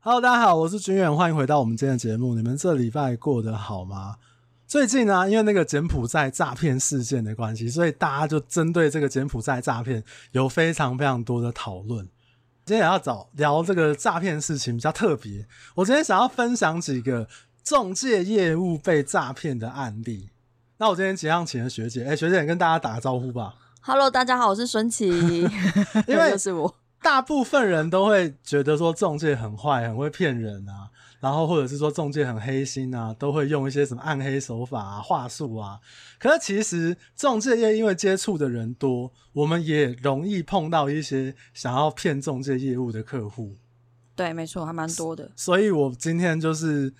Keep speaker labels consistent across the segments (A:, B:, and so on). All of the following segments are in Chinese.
A: Hello，大家好，我是君远，欢迎回到我们今天的节目。你们这礼拜过得好吗？最近呢、因为那个柬埔寨诈骗事件的关系，所以大家就针对这个柬埔寨诈骗有非常非常多的讨论。今天也要找聊这个诈骗事情比较特别，我今天想要分享几个中介业务被诈骗的案例。那我今天即将请的学姐，哎、学姐你跟大家打个招呼吧。
B: Hello，大家好，我是孙 琦，
A: 因为
B: 又是我，
A: 大部分人都会觉得说中介很坏，很会骗人啊，然后或者是说中介很黑心啊，都会用一些什么暗黑手法啊、话术啊。可是其实中介业因为接触的人多，我们也容易碰到一些想要骗中介业务的客户，
B: 对，没错，还蛮多的。
A: 所以我今天就是。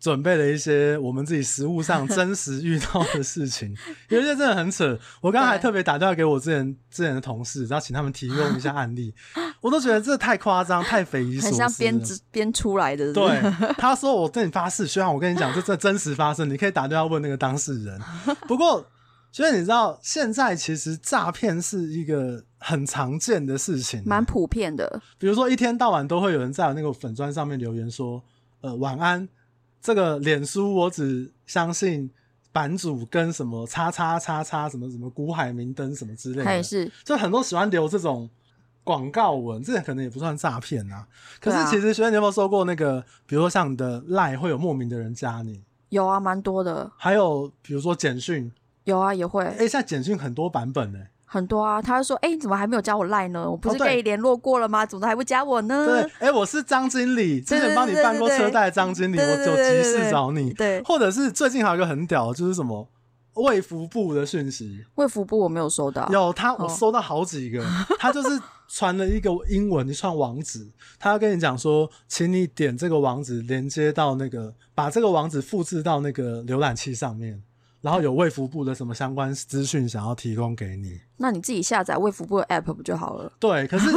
A: 准备了一些我们自己实物 上真实遇到的事情，有一些真的很扯。我刚刚还
B: 对
A: 特别打电话给我之 前之前的同事，然后请他们提供一下案例，我都觉得这太夸张、太匪夷所
B: 很
A: 思
B: 像编
A: 了
B: 织编出来的，是不是，
A: 对，他说我对你发誓，学长，我跟你讲，这这真实发生，你可以打电话问那个当事 人。不过，学长，你知道现在其实诈骗是一个很常见的事情，啊
B: 蛮普遍的。
A: 比如说一天到晚都会有人在那个粉砖上面留言说，呃，晚安，这个脸书我只相信版主跟什么叉叉叉叉什么什么古海明灯什么之类
B: 他也
A: 的，
B: 是，
A: 就很多喜欢留这种广告文，这可能也不算诈骗啊。可
B: 对啊
A: 是其实学姐，你有没有收过那个，比如说像你的赖会有莫名的人加你，
B: 有啊，蛮多的，
A: 还有比如说简讯，
B: 有啊，也会、
A: 哎、现在简讯很多版本呢、
B: 很多啊。他就说，哎、你怎么还没有加我赖呢？我不
A: 哦
B: 是
A: 对
B: 跟你联络过了吗？怎么还不加我
A: 对，
B: 呢？
A: 哎、我是张经理，之前帮你办过车贷，张经理，
B: 嗯对
A: 我
B: 对
A: 有
B: 对
A: 急
B: 对
A: 事找你。
B: 对，
A: 或者是最近还有一个很屌，就是什么卫福部的讯息，
B: 卫福部我没有收到，
A: 有他，我
B: 哦
A: 收到好几个， 他就是传了一个英文一串网址，他要跟你讲说，请你点这个网址连接到那个，把这个网址复制到那个浏览器上面，然后有卫福部的什么相关资讯想要提供给你。
B: 那你自己下载卫福部的 app 不就好了？
A: 对，可是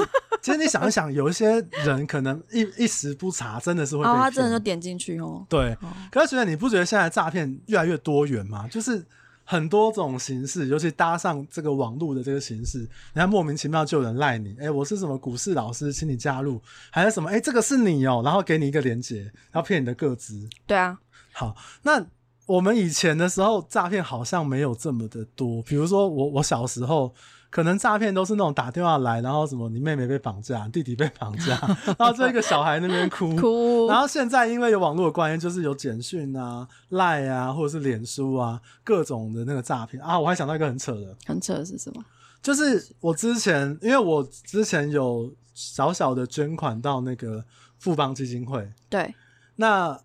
A: 其实你想一想，有一些人可能一一时不察，真的是会被
B: 然后哦他真
A: 骗嗯
B: 的就点进去哦。
A: 对，可是学姐，你不觉得现在诈骗越来越多元吗？就是很多种形式，尤其搭上这个网络的这个形式，人家莫名其妙就有人赖你，哎、我是什么股市老师，请你加入，还是什么，哎、这个是你哦、然后给你一个链接，然后骗你的个资。
B: 对啊，
A: 好，那我们以前的时候，诈骗好像没有这么的多。比如说我我小时候，可能诈骗都是那种打电话来，然后什么你妹妹被绑架，弟弟被绑架， 然后这一个小孩那边哭
B: 哭
A: 然后现在因为有网络的关系，就是有简讯啊、赖啊，或者是脸书啊，各种的那个诈骗啊。我还想到一个很扯的，
B: 很扯的是什么？
A: 就是我之前，因为我之前有小小的捐款到那个富邦基金会，
B: 对，
A: 那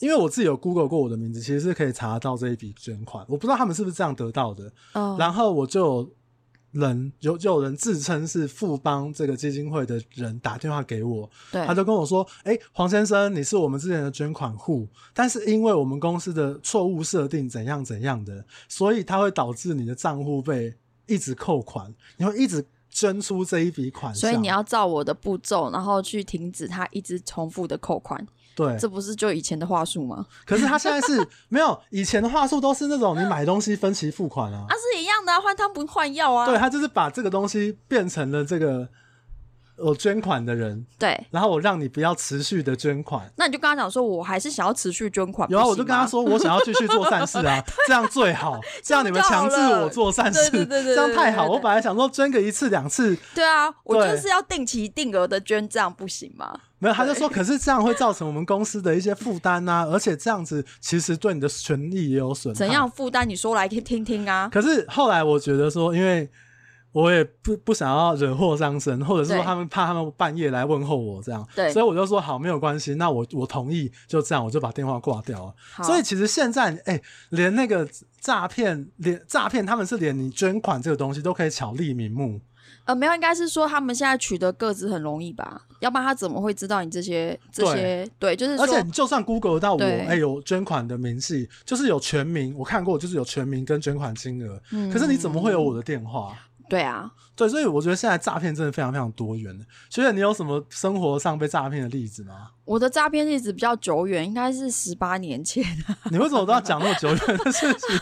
A: 因为我自己有 Google 过我的名字，其实是可以查到这一笔捐款。我不知道他们是不是这样得到的。
B: 哦、
A: 然后我就有人有就有人自称是富邦这个基金会的人打电话给我，
B: 对
A: 他，就跟我说：“哎、黄先生，你是我们之前的捐款户，但是因为我们公司的错误设定怎样怎样的，所以它会导致你的账户被一直扣款，你会一直捐出这一笔款项。
B: 所以你要照我的步骤，然后去停止他一直重复的扣款，
A: 对，
B: 这不是就以前的话术吗？
A: 可是他现在 是没有以前的话术都是那种你买东西分期付款啊，
B: 啊，是一样的、啊，换汤不换药啊。
A: 对他就是把这个东西变成了这个我捐款的人，
B: 对
A: 然后我让你不要持续的捐款。
B: 那你就跟他讲说，我还是想要持续捐 款。
A: 有啊，
B: 不
A: 我
B: 行
A: 就
B: 吗
A: 跟他，说，我想要继续做善 事啊，这样最好，这样你们强制我做善事，
B: 对对对对对对
A: 这样太好。
B: 对对对
A: 我本来想说捐个一次两次，
B: 对啊，我就
A: 对
B: 是要定期定额的捐，这样不行 吗？
A: 没有，他就说，可是这样会造成我们公司的一些负担 呐，而且这样子其实对你的权益也有损害。
B: 怎样负担？你说来听听听 啊。
A: 可是后来我觉得说，因为我也不不想要惹祸上身，或者是说
B: 对
A: 他们怕他们半夜来问候我这样，
B: 对
A: 所以我就说好，没有关系，那我我同意，就这样，我就把电话挂掉了。
B: 好
A: 所以其实现在，哎、连那个诈骗，连诈骗他们是连你捐款这个东西都可以巧立名目，
B: 呃，没有，应该是说他们现在取得个资很容易吧？要不然他怎么会知道你这些这些？对，就是说
A: 而且你就算 Google 得到我，
B: 对
A: 哎、有捐款的明细，就是有全名，我看过，就是有全名跟捐款金额，
B: 嗯
A: 可是你怎么会有我的电话？
B: 对啊，
A: 对，所以我觉得现在诈骗真的非常非常多元。学姐，你有什么生活上被诈骗的例子 吗？
B: 我的诈骗例子比较久远，应该是十八年前，
A: 你为什么都要讲那么久远的事情？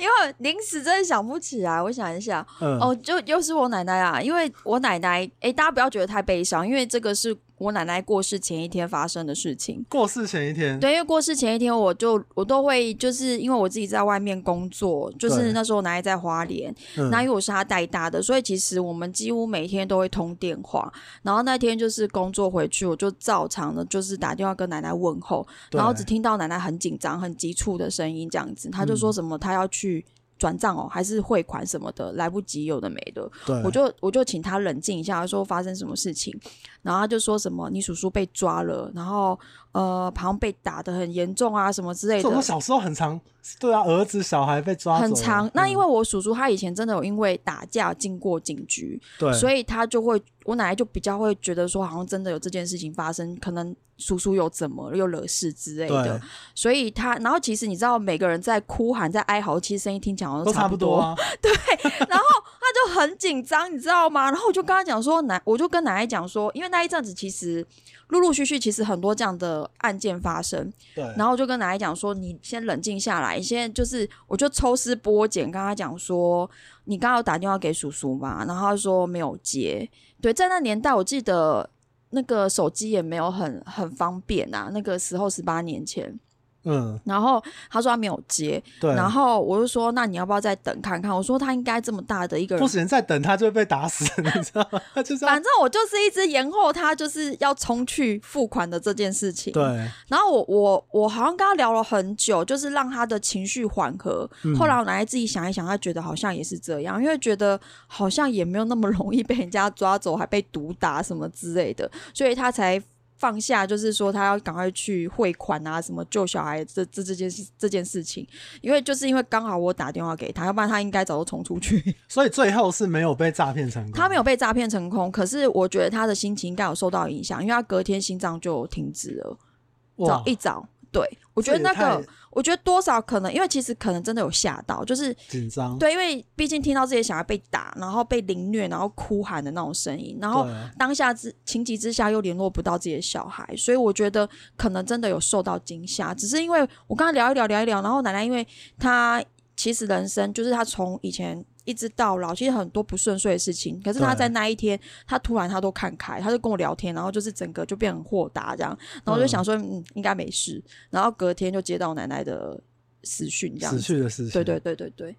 B: 因为临时真的想不起来。我想一下，
A: 嗯，
B: 哦，就又是我奶奶啊，因为我奶奶，哎、大家不要觉得太悲伤，因为这个是我奶奶过世前一天发生的事情。
A: 过世前一天，
B: 对，因为过世前一天，我就我都会就是因为我自己在外面工作，就是
A: 对
B: 那时候我奶奶在花莲，
A: 嗯
B: 那因为我是她带大的，所以其实我们几乎每天都会通电话。然后那天就是工作回去，我就照常的，就是打电话跟奶奶问候，
A: 对
B: 然后只听到奶奶很紧张、很急促的声音这样子，她就
A: 嗯
B: 说什么她要去。转账哦，还是汇款什么的，来不及，有的没的。
A: 对，
B: 我就我就请他冷静一下，说发生什么事情，然后他就说什么你叔叔被抓了，然后呃好像被打的很严重啊什么之类
A: 这种
B: 的
A: 都，小时候很常，对啊，儿子小孩被抓走了，啊嗯
B: 很长。那因
A: 为
B: 为我叔叔他以前真的有因为打架进过警局，
A: 对，
B: 所
A: 以
B: 以他就会我奶奶就比较会觉得说好像真的有这件事情发生，可能叔叔有怎么了又惹事之类的
A: 对，，
B: 所以他然后其实你知道每个人在哭喊在哀嚎，其实声音听起来好像
A: 都
B: 差
A: 差
B: 不
A: 不
B: 多
A: 多啊，
B: 就很紧张，你知道吗？然后我就跟他讲说，奶，我就跟奶奶讲说，因为那一阵子其实陆陆续续，其实很多这样的案件发生。
A: 对，
B: 然后我就跟奶奶讲说，你先冷静下来，现在就是我就抽丝剥茧，跟他讲说，你刚刚有打电话给叔叔嘛？然后他说没有接。对，在那年代，我记得那个手机也没有很很方便啊，那个时候十八年前。
A: 嗯，
B: 然后他说他没有接，
A: 对，
B: 然后我就说那你要不要再等看看？我说他应该这么大的一个人
A: 不，行，再等他就会被打死， 你知道吗？他就是要
B: 反正我就是一直延后他就是要冲去付款的这件事情。。
A: 对，
B: 然后我我我好像跟他聊了很久，就是让他的情绪缓和。
A: 嗯
B: 后来我奶奶自己想一想，她觉得好像也是这样，因为觉得好像也没有那么容易被人家抓走，还被毒打什么之类的，所以他才。放下就是说，他要赶快去汇款啊，什么救小孩这这这件事这件事情，因为就是因为刚好我打电话给他，要不然他应该早就冲出去。
A: 所以最后是没有被诈骗成功，
B: 他没有被诈骗成功，可是我觉得他的心情应该有受到影响，因为他隔天心脏就停止了，
A: 有
B: 早一早。对，我觉得那个，我觉得多少可能，因为其实可能真的有吓到，就是
A: 紧张，
B: 对，因为毕竟听到自己的小孩被打，然后被凌虐，然后哭喊的那种声音，然后
A: 对
B: 当下之情急之下又联络不到自己的小孩，所以我觉得可能真的有受到惊吓。只是因为我跟他聊一聊，聊一聊，然后奶奶因为她其实人生就是她从以前一直到老，其实很多不顺遂的事情，可是她
A: 对
B: 在那一天，她突然她都看开，她就跟我聊天，然后就是整个就变很豁达这样，然后我就
A: 嗯
B: 想说，嗯，应该没事。然后隔天就接到奶奶的私讯，这样
A: 死
B: 子。
A: 去的事情，
B: 对对，对对对，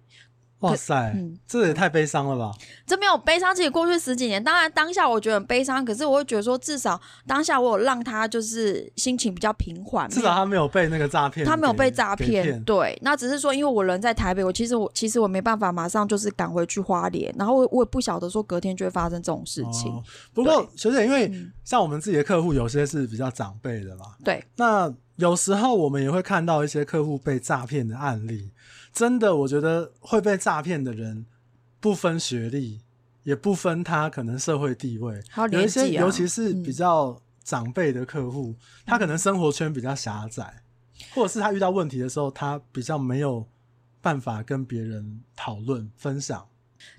A: 哇塞，
B: 嗯。
A: 这也太悲伤了吧？
B: 这没有悲伤，其实过去十几年，当然当下我觉得很悲伤，可是我会觉得说，至少当下我有让他就是心情比较平缓，
A: 至少他没有被那个诈骗给，
B: 没有他没有被诈
A: 给
B: 骗。
A: 骗，
B: 对，那只是说，因为我人在台北，我其实我其实我没办法马上就是赶回去花莲，然后我我也不晓得说隔天就会发生这种事情。
A: 哦不过
B: 对
A: 学姐，因为
B: 嗯
A: 像我们自己的客户，有些是比较长辈的嘛，
B: 对，
A: 那有时候我们也会看到一些客户被诈骗的案例，真的，我觉得会被诈骗的人不分学历，也不分他可能社会地位，
B: 还有
A: 有
B: 年
A: 一些
B: 纪啊，
A: 尤其是
B: 嗯
A: 比较长辈的客户，他可能生活圈比较狭窄，或者是他遇到问题的时候，他比较没有办法跟别人讨论分享。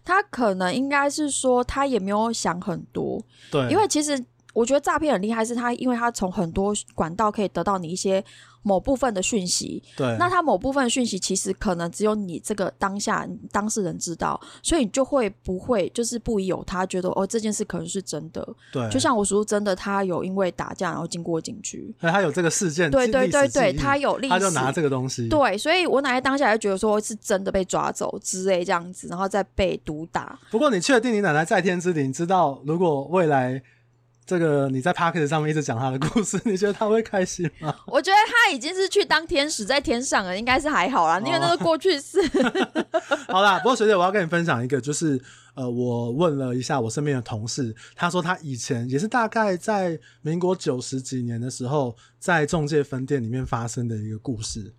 B: 他可能应该是说他也没有想很多，
A: 对，
B: 因为其实我觉得诈骗很厉害，是他因为他从很多管道可以得到你一些某部分的讯息，
A: 对，
B: 那他某部分讯息其实可能只有你这个当下你当事人知道，所以你就会不会就是不疑有他，觉得哦这件事可能是真的。
A: 对，
B: 就像我叔叔真的他有因为打架然后经过警局，
A: 所以他有这个事件，
B: 对
A: 历
B: 对
A: 史
B: 对
A: 记
B: 对，
A: 忆
B: 他有历史，
A: 他就拿这个东西，
B: 对，所以我奶奶当下就觉得说是真的被抓走之类这样子，然后再被毒打。
A: 不过你确定你奶奶在天之灵知道，如果未来这个你在 p a c k e t 上面一直讲她的故事， 你觉得她会开心吗？
B: 我觉得他已经是去当天使在天上了，应该是还好
A: 哦
B: 啦，因为那是过 去式。
A: 好啦，不过学姐，我要跟你分享一个，就是呃，我问了一下我身边的同事，他说他以前也是大概在民国九十几年的时候，在中介分店里面发生的一个故事。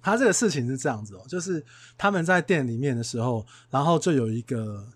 A: 他这个事情是这样子哦、就是他们在店里面的时候，然后就有一个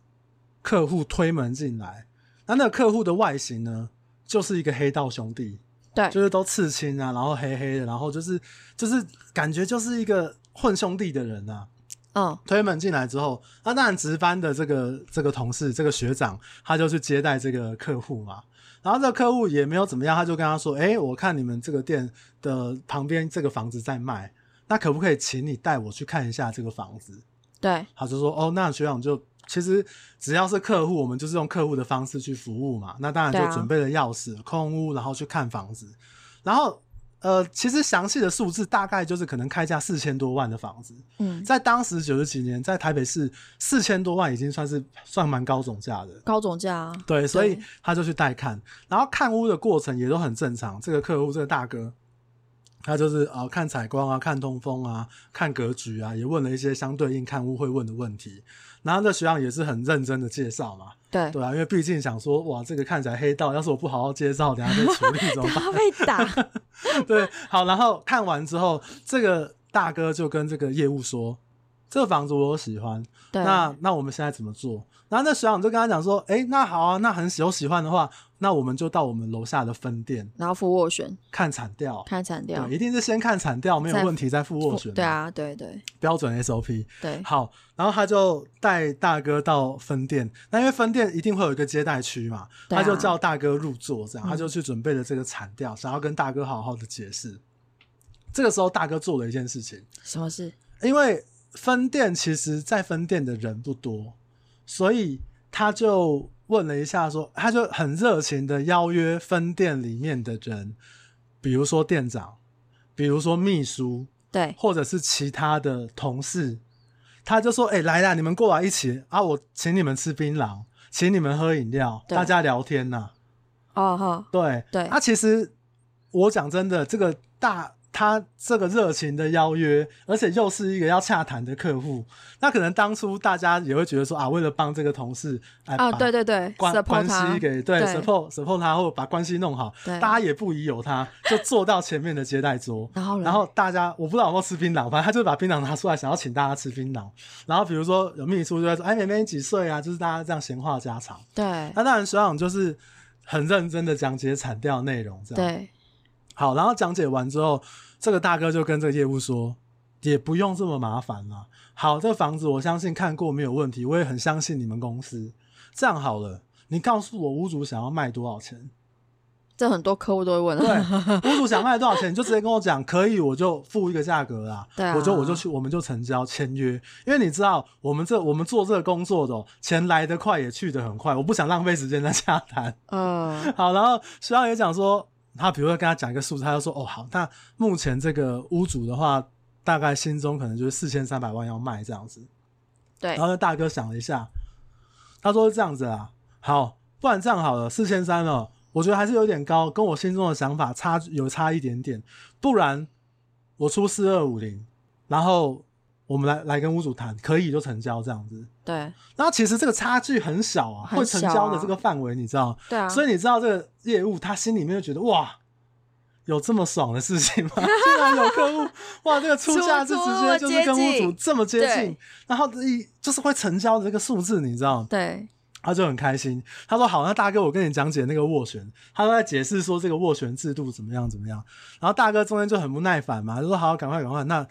A: 客户推门进来，那那个客户的外形呢，就是一个黑道兄弟，
B: 对，
A: 就是都刺青啊，然后黑黑的，然后就是就是感觉就是一个混兄弟的人啊。
B: 嗯，
A: 推门进来之后，那当然值班的这个这个同事这个学长，他就去接待这个客户嘛。然后这个客户也没有怎么样，他就跟他说：“哎、我看你们这个店的旁边这个房子在卖，那可不可以请你带我去看一下这个房子
B: 对？”
A: 他就说：“哦，那学长就其实只要是客户，我们就是用客户的方式去服务嘛。那当然
B: 对啊
A: 就准备了钥匙、空屋，然后去看房子，然后呃，其实详细的数字大概就是可能开价四千多万的房子，
B: 嗯，
A: 在当时九十几年，在台北市四千多万已经算是算蛮高总价的。
B: 高总价啊，
A: 对，所以他就去带看，然后看屋的过程也都很正常。这个客户，这个大哥，他就是呃看采光啊，看通风啊，看格局啊，也问了一些相对应看屋会问的问题。然后这学长也是很认真的介绍嘛，
B: 对，
A: 对啊，因为毕竟想说，哇，这个看起来黑道，要是我不好好介绍，等下被处理怎么办？
B: 他被打，
A: 对，好，然后看完之后，这个大哥就跟这个业务说，这个房子我有喜欢，
B: 对，
A: 那那我们现在怎么做？然后那学长就跟他讲说，哎、那好啊，那很喜有喜欢的话，那我们就到我们楼下的分店
B: 然后付斡旋，
A: 看产调，
B: 看惨掉
A: 对，，一定是先看产调，没有
B: 再
A: 问题再付斡
B: 付
A: 旋，
B: 对，啊，对对
A: 标准 SOP。
B: 对，
A: 好，然后他就带大哥到分店，那因为分店一定会有一个接待区嘛，
B: 对啊
A: 他就叫大哥入座，这样
B: 嗯
A: 他就去准备了这个铲调，想要跟大哥好好的解释。这个时候，大哥做了一件事情，
B: 什么事？
A: 因为分店其实在分店的人不多，所以他就问了一下说他就很热情的邀约分店里面的人，比如说店长，比如说秘书，
B: 对，
A: 或者是其他的同事，他就说：“哎、来啦，你们过来一起啊，我请你们吃槟榔，请你们喝饮料，
B: 对
A: 大家聊天呐、
B: 哦哈，
A: 对，
B: 对
A: 啊，其实我讲真的，这个大他这个热情的邀约，而且又是一个要洽谈的客户，那可能当初大家也会觉得说啊，为了帮这个同事，哎、
B: 啊，
A: 把
B: 对对对
A: 关
B: ，support
A: 关
B: 他
A: 系，给对
B: 对
A: support support 他，或者把关系弄好，
B: 对。
A: 大家也不疑有他，就坐到前面的接待桌
B: 然后嘞
A: 然后大家我不知道有没有吃槟榔，反正他就把槟榔拿出来，想要请大家吃槟榔。然后比如说有秘书就会说：“哎，妹妹你几岁啊？”就是大家这样闲话家常。
B: 对
A: 那当然，学长就是很认真的讲解产调内容，这样。
B: 对，
A: 好，然后讲解完之后，这个大哥就跟这个业务说，也不用这么麻烦了。好，这个房子我相信看过没有问题，我也很相信你们公司。这样好了，你告诉我屋主想要卖多少钱？
B: 这很多客户都会问啊，
A: 对，屋主想卖多少钱，你就直接跟我讲，可以我就付一个价格啦。
B: 对啊
A: 我就我就去，我们就成交签约。因为你知道，我们这我们做这个工作的哦，钱来得快也去得很快，我不想浪费时间在洽谈。
B: 呃，
A: 好，然后学长也讲说，他比如说跟他讲一个数字，他就说哦好，那目前这个屋主的话，大概心中可能就是四千三百万要卖这样子。
B: 对
A: 然后那大哥想了一下，他说是这样子啊，好，不然这样好了，四千三了，我觉得还是有点高，跟我心中的想法差有差一点点，不然我出四二五零，然后我们来来跟屋主谈，可以就成交这样子。
B: 对
A: 然后其实这个差距很小啊，
B: 很
A: 会成
B: 小啊
A: 交的这个范围，你知道？
B: 对啊，
A: 所
B: 以
A: 以你知道这个业务，他心里面就觉得哇，有这么爽的事情 吗？竟然有客户哇，这个出价是直接就是跟屋主这么接
B: 出这么接
A: 近
B: 近，
A: 然后一就是会成交的这个数字，你知道吗？
B: 对
A: 他就很开心，他说好，那大哥我跟你讲解那个斡旋，他都在解释说这个斡旋制度怎么样怎么样，然后大哥中间就很不耐烦嘛，就说好，赶快赶快，那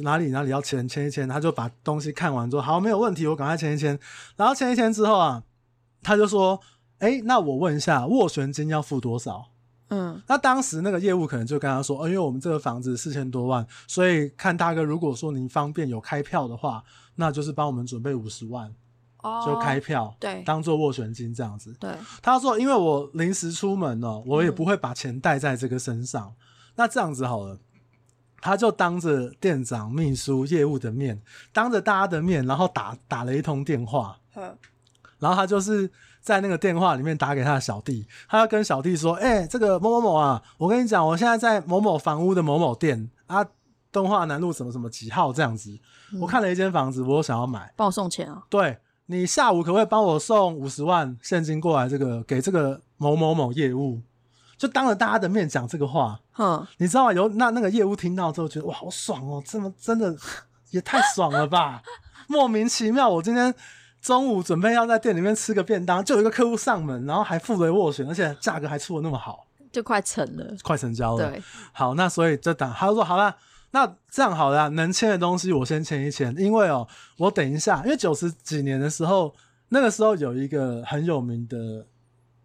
A: 哪里哪里要签签一签，他就把东西看完之后，好，没有问题，我赶快签一签，然后签一签之后啊，他就说，哎，那我问一下斡旋金要付多少？
B: 嗯
A: 那当时那个业务可能就跟他说，哦，因为我们这个房子四千多万，所以看大哥如果说您方便有开票的话，那就是帮我们准备五十万
B: 哦，
A: 就开票，
B: 对
A: 当做斡旋金这样子。
B: 对嗯
A: 他说：“因为我临时出门哦，我也不会把钱带在这个身上。那这样子好了，他就当着店长、秘书、业务的面，当着大家的面，然后打打了一通电话。
B: 嗯
A: 然后他就是在那个电话里面打给他的小弟，他要跟小弟说：‘哎、这个某某某啊，我跟你讲，我现在在某某房屋的某某店啊，东华南路什么什么几号这样子，我
B: 嗯
A: 看了一间房子，我想要买。’
B: 帮我送钱啊，
A: 对你下午可不可以帮我送五十万现金过来？这个给这个某某某业务，就当着大家的面讲这个话，
B: 哼，
A: 你知道吗？有那那个业务听到之后觉得哇，好爽哦，这么真的也太爽了吧， 莫名其妙，我今天。中午准备要在店里面吃个便当，就有一个客户上门，然后还付了斡旋，而且价格还出的那么好，
B: 就快成了，
A: 快成交了。
B: 对
A: 好，那所以这档他就说好啦，那这样好啦，能签的东西我先签一签，因为哦、我等一下，因为九十几年的时候，那个时候有一个很有名的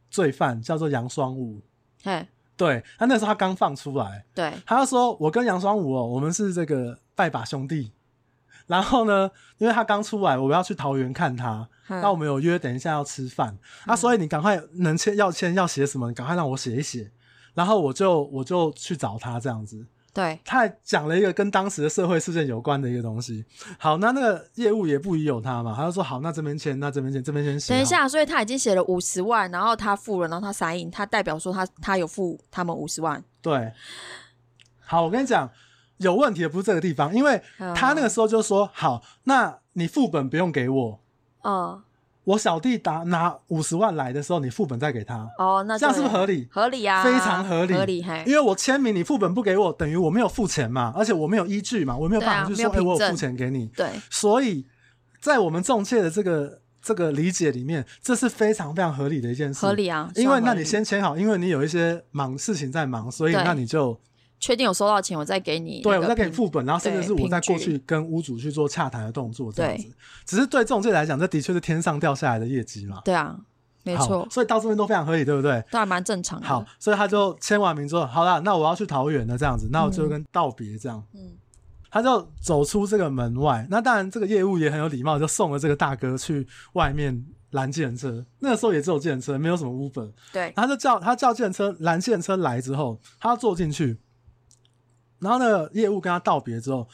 A: 罪犯叫做杨双武，
B: 嘿
A: 对，他那时候他刚放出来，
B: 对
A: 他就说我跟杨双武哦、我们是这个拜把兄弟，然后呢，因为他刚出来，我要去桃园看他，
B: 嗯
A: 那我们有约，等一下要吃饭、啊，所以你赶快能签要签要写什么，你赶快让我写一写，然后我就我就去找他这样子。
B: 对，
A: 他还讲了一个跟当时的社会事件有关的一个东西。好，那那个业务也不疑有他嘛，他就说好，那这边签，那这边签，这啊边先写。
B: 等一，下，所以他已经写了五十万，然后他付了，然后他傻印，他代表说他他有付他们五十万，
A: 对，好，我跟你讲，有问题的不是这个地方，因为
B: 嗯
A: 他那个时候就说好，那你副本不用给我，
B: 嗯，
A: 我小弟打拿五十万来的时候，你副本再给他，
B: 哦，那
A: 这样是不是
B: 对
A: 合理？
B: 合理啊？
A: 非常合理，
B: 合理嘿
A: 因，为我签名，你副本不给我，等于我没有付钱嘛，而且我没有依据嘛，我没有办法去
B: 对
A: 说，
B: 啊
A: 哎、
B: 没有凭
A: 我有付
B: 证
A: 钱给你，
B: 对，
A: 所以在我们中介的这个这个理解里面，这是非常非常合理的一件事。
B: 合，理啊，
A: 因为
B: 算合
A: 那
B: 理
A: 你先签好，因为你有一些忙事情在忙，所以
B: 对
A: 那你就
B: 确定有收到钱，我再给你那
A: 对我
B: 个凭，
A: 再给你副本，然后甚至
B: 对
A: 是我再
B: 凭
A: 过
B: 据
A: 去跟屋主去做洽谈的动作，这样
B: 对
A: 子。只是对中介来讲，这的确是天上掉下来的业绩嘛。
B: 对啊，没
A: 好
B: 错，嗯
A: 所以到这边都非常合理，对不对？
B: 都还蛮正常的。
A: 好，，所以他就签完名之后，好啦，那我要去桃园了，这样子，那我就跟道别这样。
B: 嗯
A: 他就走出这个门外，那当然这个业务也很有礼貌，就送了这个大哥去外面拦计程车。那个时候也只有计程车，没有什么 Uber，
B: 对，
A: 他就叫他叫计程车拦计程车来之后，他要坐进去，然后那个业务跟他道别之后，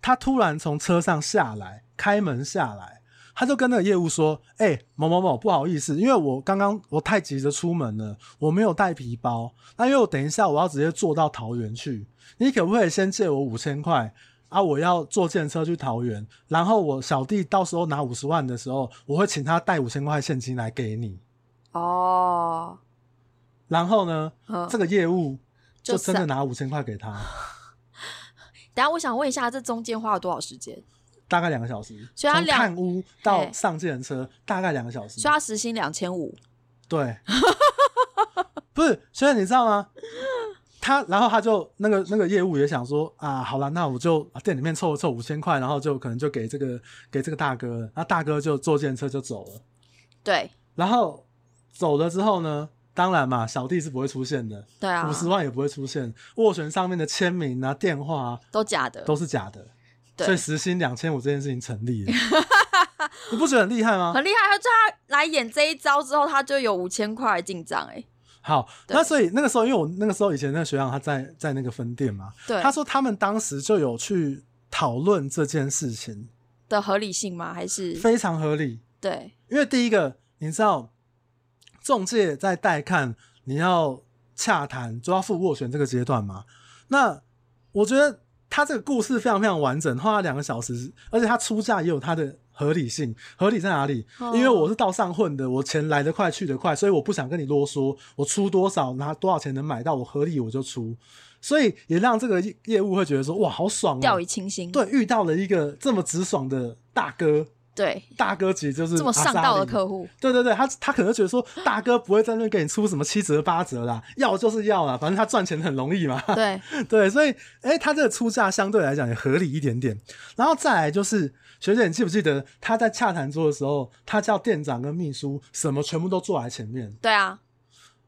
A: 他突然从车上下来，开门下来。他就跟那个业务说：“哎、某某某，不好意思，因为我刚刚我太急着出门了，我没有带皮包。那因为我等一下我要直接坐到桃园去，你可不可以先借我五千块啊？我要坐电车去桃园，然后我小弟到时候拿五十万的时候，我会请他带五千块现金来给你。
B: 哦，
A: 然后呢，
B: 嗯
A: 这个业务就
B: 就
A: 真
B: 散
A: 的拿五千块给 他，
B: 等一下我想问一下，这中间花了多少时
A: 嗯
B: 间？
A: 大概两个小时，
B: 所以他
A: 从
B: 两
A: 看屋到
B: 嘿
A: 上计程车大概两个小时，
B: 所以他时薪两千五，
A: 对， 不是，所以你知道吗？他然后他就那个那个业务也想说啊，好了，那我就啊店里面凑了凑五千块，然后就可能就给这个给这个大哥了，那大哥就坐电车就走了，
B: 对
A: 然后走了之后呢，当然嘛，小弟是不会出现的，
B: 对啊
A: 五，十万也不会出现，斡旋上面的签名啊、电话啊，
B: 都假的，
A: 都是假的，
B: 对
A: 所以时薪两千五这件事情成立了，你不觉得很厉害吗？
B: 很厉害。他就他来演这一招之后，他就有五千块进账，哎，
A: 好，
B: 对
A: 那所以那个时候，因为我那个时候以前那个学长他在在那个分店嘛，
B: 对
A: 他说他们当时就有去讨论这件事情，
B: 的合理性吗？还是
A: 非常合理，
B: 对
A: 因为第一个你知道，中介在带看你要洽谈就要付斡旋这个阶段嘛，那我觉得他这个故事非常非常完整，花了两个小时，而且他出价也有他的合理性。合理在哪里？
B: 哦
A: 因为我是道上混的，我钱来得快去得快，所以我不想跟你啰嗦，我出多少拿多少钱能买到，我合理我就出。所以也让这个业业务会觉得说，哇，好爽
B: 掉
A: 哦
B: 以！轻心？
A: 对，遇到了一个这么直爽的大哥，
B: 对，
A: 大哥其实就是
B: 这么上道的
A: 阿萨利
B: 客户，
A: 对对对，他他可能觉得说，大哥不会在那边给你出什么七折八折啦，要就是要啦，反正他赚钱很容易嘛。
B: 对
A: 对，所以哎、诶他这个出价相对来讲也合理一点点。然后再来就是学姐，你记不记得他在洽谈桌的时候，他叫店长跟秘书什么全部都坐在前面。
B: 对啊，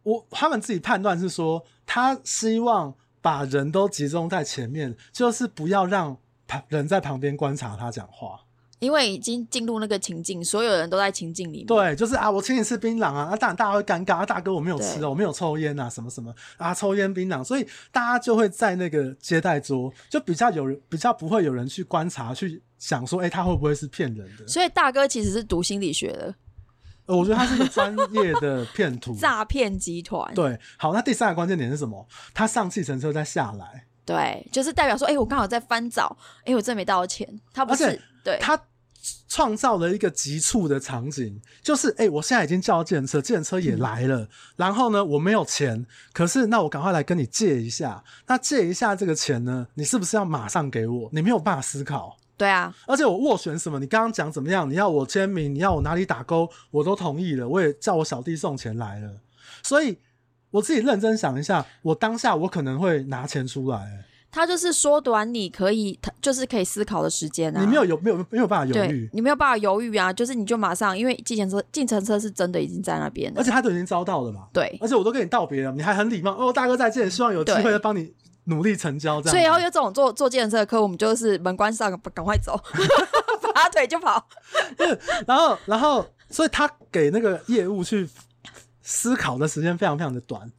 A: 我他们自己判断是说，他希望把人都集中在前面，就是不要让旁人在旁边观察他讲话。
B: 因为已经进入那个情境，所有人都在情境里面。
A: 对，就是啊，我请你吃槟榔啊，啊，当然大家会尴尬啊，大哥我没有吃
B: 对
A: 哦，我没有抽烟啊，什么什么啊，抽烟槟榔，所以大家就会在那个接待桌，就比较有人，比较不会有人去观察，去想说，哎、他会不会是骗人的？
B: 所以大哥其实是读心理学的。
A: 呃我觉得他是个专业的骗徒
B: 诈骗集团，
A: 对，好，那第三个关键点是什么？他上计程车再下来，
B: 对，就是代表说，哎、我刚好在翻找，哎、我真没到钱，他不
A: 而且
B: 是对
A: 他创造了一个急促的场景，就是哎、诶我现在已经叫到计程车，计程车也来了，然后呢，我没有钱，可是那我赶快来跟你借一下，那借一下这个钱呢，你是不是要马上给我？你没有办法思考，
B: 对啊，
A: 而且我斡旋什么，你刚刚讲怎么样，你要我签名，你要我哪里打勾，我都同意了，我也叫我小弟送钱来了，所以。我自己认真想一下，我当下我可能会拿钱出来、诶
B: 他就是缩短你可以，他就是可以思考的时间啊。
A: 你没有有没有没有办法犹
B: 对
A: 豫，，
B: 你没有办法犹豫啊，就是你就马上，因为计程车计程车是真的已经在那边
A: 而
B: 了，
A: 且他都已经遭到了嘛，
B: 对，
A: 而且我都跟你道别了，你还很礼貌哦，大哥再见，希望有机会
B: 对
A: 再帮你努力成交这样。
B: 所以以后有这种坐坐计程车的客户，我 们就是门关上，赶快走，拔腿就跑。
A: 然后然后所以他给那个业务去思考的时间非常非常的短，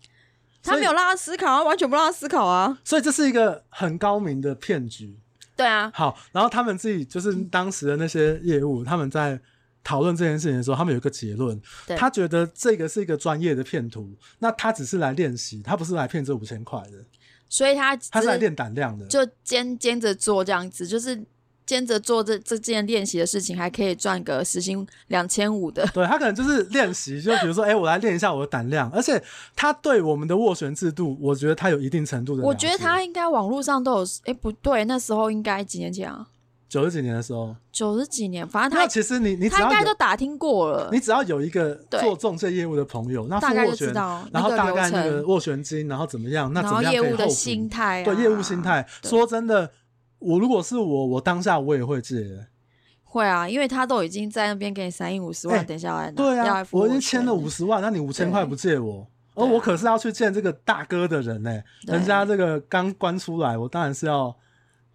B: 他没有让他思考啊，完全不让他思考啊。
A: 所以这是一个很高明的骗局。
B: 对啊，
A: 好，然后他们自己就是当时的那些业务，他们在讨论这件事情的时候，他们有一个结论
B: 对，
A: 他觉得这个是一个专业的骗徒，那他只是来练习，他不是来骗这五千块的，
B: 所以他只
A: 他是来练胆量的。
B: 就兼兼着做这样子，就是兼着做这这件练习的事情，还可以赚个时薪两千五的。
A: 对他可能就是练习，就比如说，哎、我来练一下我的胆量，而且他对我们的斡旋制度，我觉得他有一定程度的了解。
B: 我觉得他应该网络上都有，哎、不对，那时候应该几年前啊，
A: 九十几年的时候，
B: 九十几年，反正
A: 那
B: 他
A: 其实你你只
B: 他应
A: 要
B: 该都
A: 有
B: 打听过了
A: 你，只要有一个
B: 对
A: 做中介业务的朋友，那付
B: 大概
A: 斡
B: 就知
A: 旋，
B: 道
A: 然后
B: 那
A: 大
B: 个流
A: 概那个
B: 程，
A: 斡旋金，然后怎么样，那
B: 然
A: 怎
B: 后
A: 么样
B: 业
A: 可以后
B: 务的
A: 补
B: 心态、啊，
A: 对业务心态。
B: 对
A: 说真的，我如果是我，我当下我也会借。
B: 会啊，因为他都已经在那边给你三亿五十万，
A: 哎
B: 等一下来拿，
A: 对
B: 要
A: 啊
B: 来，付
A: 我已经
B: 我
A: 签了
B: 钱
A: 五十万，那你五千
B: 对
A: 块不借我，而
B: 对啊
A: 我可是要去见这个大哥的人呢、
B: 对
A: 人家这个刚关出来，我当然是要，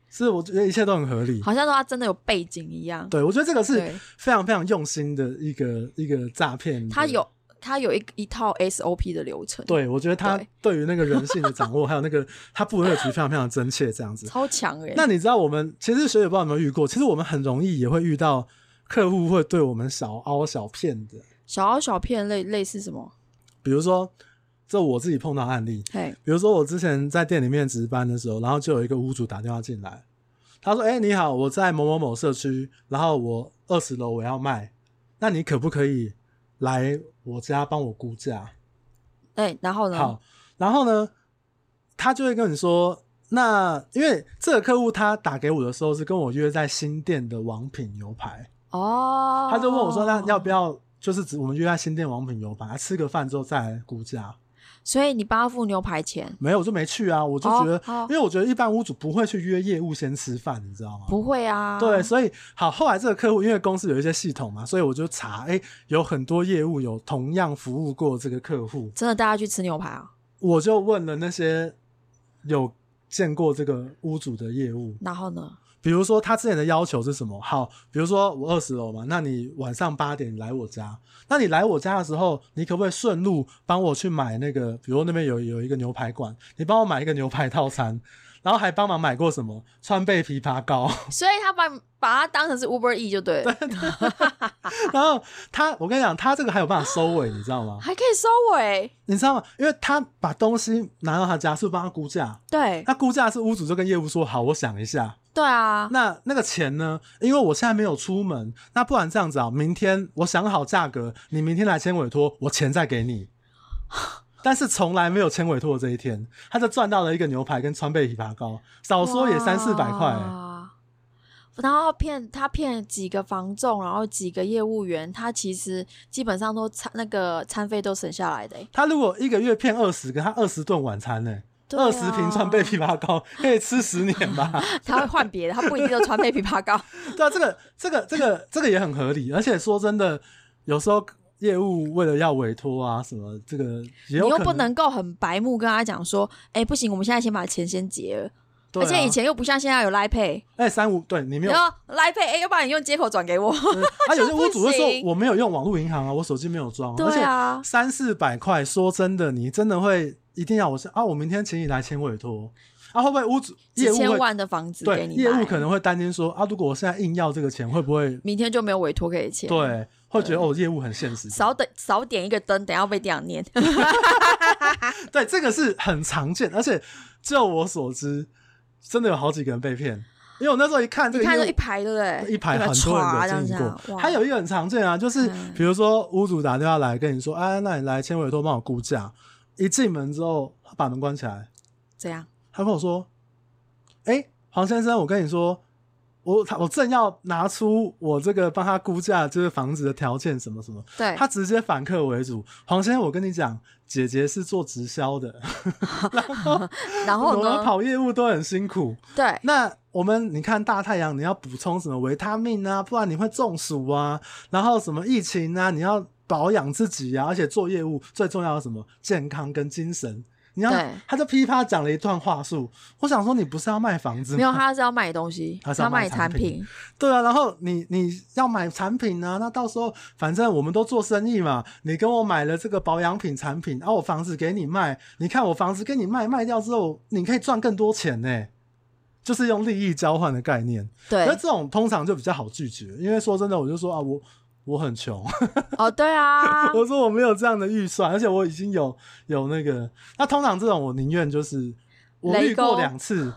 A: 是我觉得一切都很合理。
B: 好像说他真的有背景一样。
A: 对，我觉得这个是
B: 对，
A: 非常非常用心的一个一个诈骗的。
B: 他有他有一一套 SOP 的流程，，
A: 嗯对，我觉得他
B: 对
A: 对于那个人性的掌握，还有那个他布的局非常非常真切，这样子。
B: 超强哎、
A: 那你知道我们其实学姐不知道有没有遇过，其实我们很容易也会遇到客户会对我们小凹小骗的，
B: 小凹小片类类似什么？
A: 比如说这我自己碰到案例，
B: 嘿，
A: 比如说我之前在店里面值班的时候，然后就有一个屋主打电话进来，他说：“哎、你好，我在某某某社区，然后我二十楼我要卖，那你可不可以来我家帮我估价？”
B: 哎、然后呢？
A: 好，然后呢，他就会跟你说，那因为这个客户他打给我的时候是跟我约在新店的王品牛排，
B: 哦，
A: 他就问我说，那要不？要就是只我们约在新店王品牛排啊吃个饭之后再来估价？
B: 所以你帮他付牛排钱？
A: 没有，我就没去啊，我就觉得，
B: 哦哦
A: 因为我觉得一般屋主不会去约业务先吃饭，你知道吗？
B: 不会啊，
A: 对，所以好，后来这个客户因为公司有一些系统嘛，所以我就查，哎、有很多业务有同样服务过这个客户，
B: 真的大家去吃牛排啊？
A: 我就问了那些有见过这个屋主的业务，
B: 然后呢？
A: 比如说他之前的要求是什么？好，比如说我二十楼嘛，那你晚上八点来我家，那你来我家的时候，你可不可以顺路帮我去买那个？比如那边有有一个牛排馆，你帮我买一个牛排套餐，然后还帮忙买过什么川贝枇杷膏，
B: 所以他把把他当成是 Uber E 就对了，
A: 然后他，我跟你讲，他这个还有办法收尾，你知道吗？
B: 还可以收欸尾。
A: 你知道吗？因为他把东西拿到他家，是不是帮他估价，
B: 对
A: 那估价是屋主就跟业务说，好，我想一下，
B: 对啊，
A: 那那个钱呢？因为我现在没有出门，那不然这样子啊，明天我想好价格，你明天来签委托，我钱再给你。 但是从来没有签委托的这一天，他就赚到了一个牛排跟川贝枇杷膏，少说也三四百块、欸。
B: 哇然后骗他骗几个房仲，然后几个业务员，他其实基本上都餐那个餐费都省下来的欸、
A: 他如果一个月骗二十个，他二十顿晚餐呢、
B: 对啊
A: 二十、瓶川贝枇杷膏可以吃十年 吧？
B: 他会换别的，他不一定都川贝枇杷膏。
A: 对啊，这个这个这个这个也很合理，而且说真的，有时候业务为了要委托啊什么，这个 也有
B: 你又
A: 可
B: 不能够很白目跟他讲说，哎、不行，我们现在先把钱先结了，
A: 对
B: 而
A: 啊
B: 且以前又不像现在有 Line Pay，
A: 哎三五对你没有
B: 然后 Line Pay，哎、要不然你用接口转给我，
A: 嗯啊，有些屋主会说
B: 就不行
A: 我没有用网络银行啊，我手机没有装、
B: 对啊
A: 而且三四百块，说真的，你真的会一定要我是啊，我明天请你来签委托，啊，会不会屋主 业
B: 几
A: 务
B: 千
A: 会
B: 万的房子给
A: 对
B: 你
A: 业务
B: 买
A: 可能会担心说啊，如果我现在硬要这个钱，会不会
B: 明天就没有委托可以签，，
A: 对会觉得哦业务很现实？
B: 少等少点一个灯，等一下被这样 念，
A: 对，这个是很常见，而且就我所知，真的有好几个人被骗，因为我那时候一看这
B: 你
A: 个
B: 看
A: 业
B: 这
A: 务
B: 一排对不对？
A: 一排
B: 对吧
A: 很多人
B: 唰
A: 有
B: 这样子
A: 经历
B: 啊
A: 过，
B: 哇
A: 还有一个很常见啊，就是
B: 嗯
A: 比如说屋主打电话来跟你说，哎，那你来签委托帮我估价，一进门之后他把门关起来，
B: 这样
A: 他跟我说，哎，黄先生，我跟你说，我他我正要拿出我这个帮他估价，就是房子的条件什么什么，
B: 对，
A: 他直接反客为主，黄先生，我跟你讲，姐姐是做直销的，
B: 然
A: 我
B: 后
A: 们
B: 呢？
A: 跑业务都很辛苦，
B: 对，
A: 那我们你看大太阳，你要补充什么维他命啊，不然你会中暑啊。然后什么疫情啊，你要保养自己啊，而且做业务最重要的是什么健康跟精神。你看
B: 对，
A: 他就噼啪讲了一段话术。我想说，你不是要卖房子吗？
B: 没有，他是要卖东西，
A: 他是要
B: 要
A: 卖
B: 卖
A: 产
B: 产
A: 品。对啊，然后你你要买产品呢、那到时候反正我们都做生意嘛，你跟我买了这个保养品产品，然、后我房子给你卖，你看我房子给你卖，卖掉之后你可以赚更多钱呢，就是用利益交换的概念。
B: 对
A: 那，这种通常就比较好拒绝，因为说真的，我就说啊，我我很穷，
B: 哦，对 啊，
A: 我说我没有这样的预算，而且我已经有有那个，那通常这种我宁愿就是我
B: 雷
A: 遇过
B: 公
A: 两次，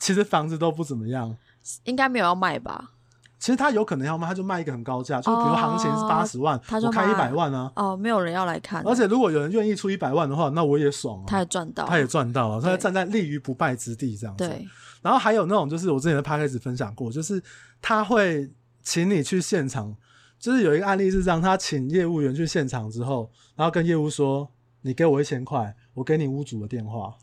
A: 其实房子都不怎么样。
B: 应该没有要卖吧？
A: 其实他有可能要卖，他就卖一个很高价，就是比如
B: 哦
A: 行情是八十万，
B: 他就
A: 我开一
B: 卖
A: 百万啊。
B: 哦，没有人要来看，
A: 而且如果有人愿意出一百万的话，那我也爽
B: 他
A: 啊，
B: 也赚到，
A: 他也赚到啊了，他
B: 对
A: 站在立于不败之地这样子。
B: 对，
A: 然后还有那种就是我之前的 p a c k a g e 分享过，就是他会请你去现场，就是有一个案例是让他请业务员去现场之后，然后跟业务说：“你给我一千块，我给你屋主的电话。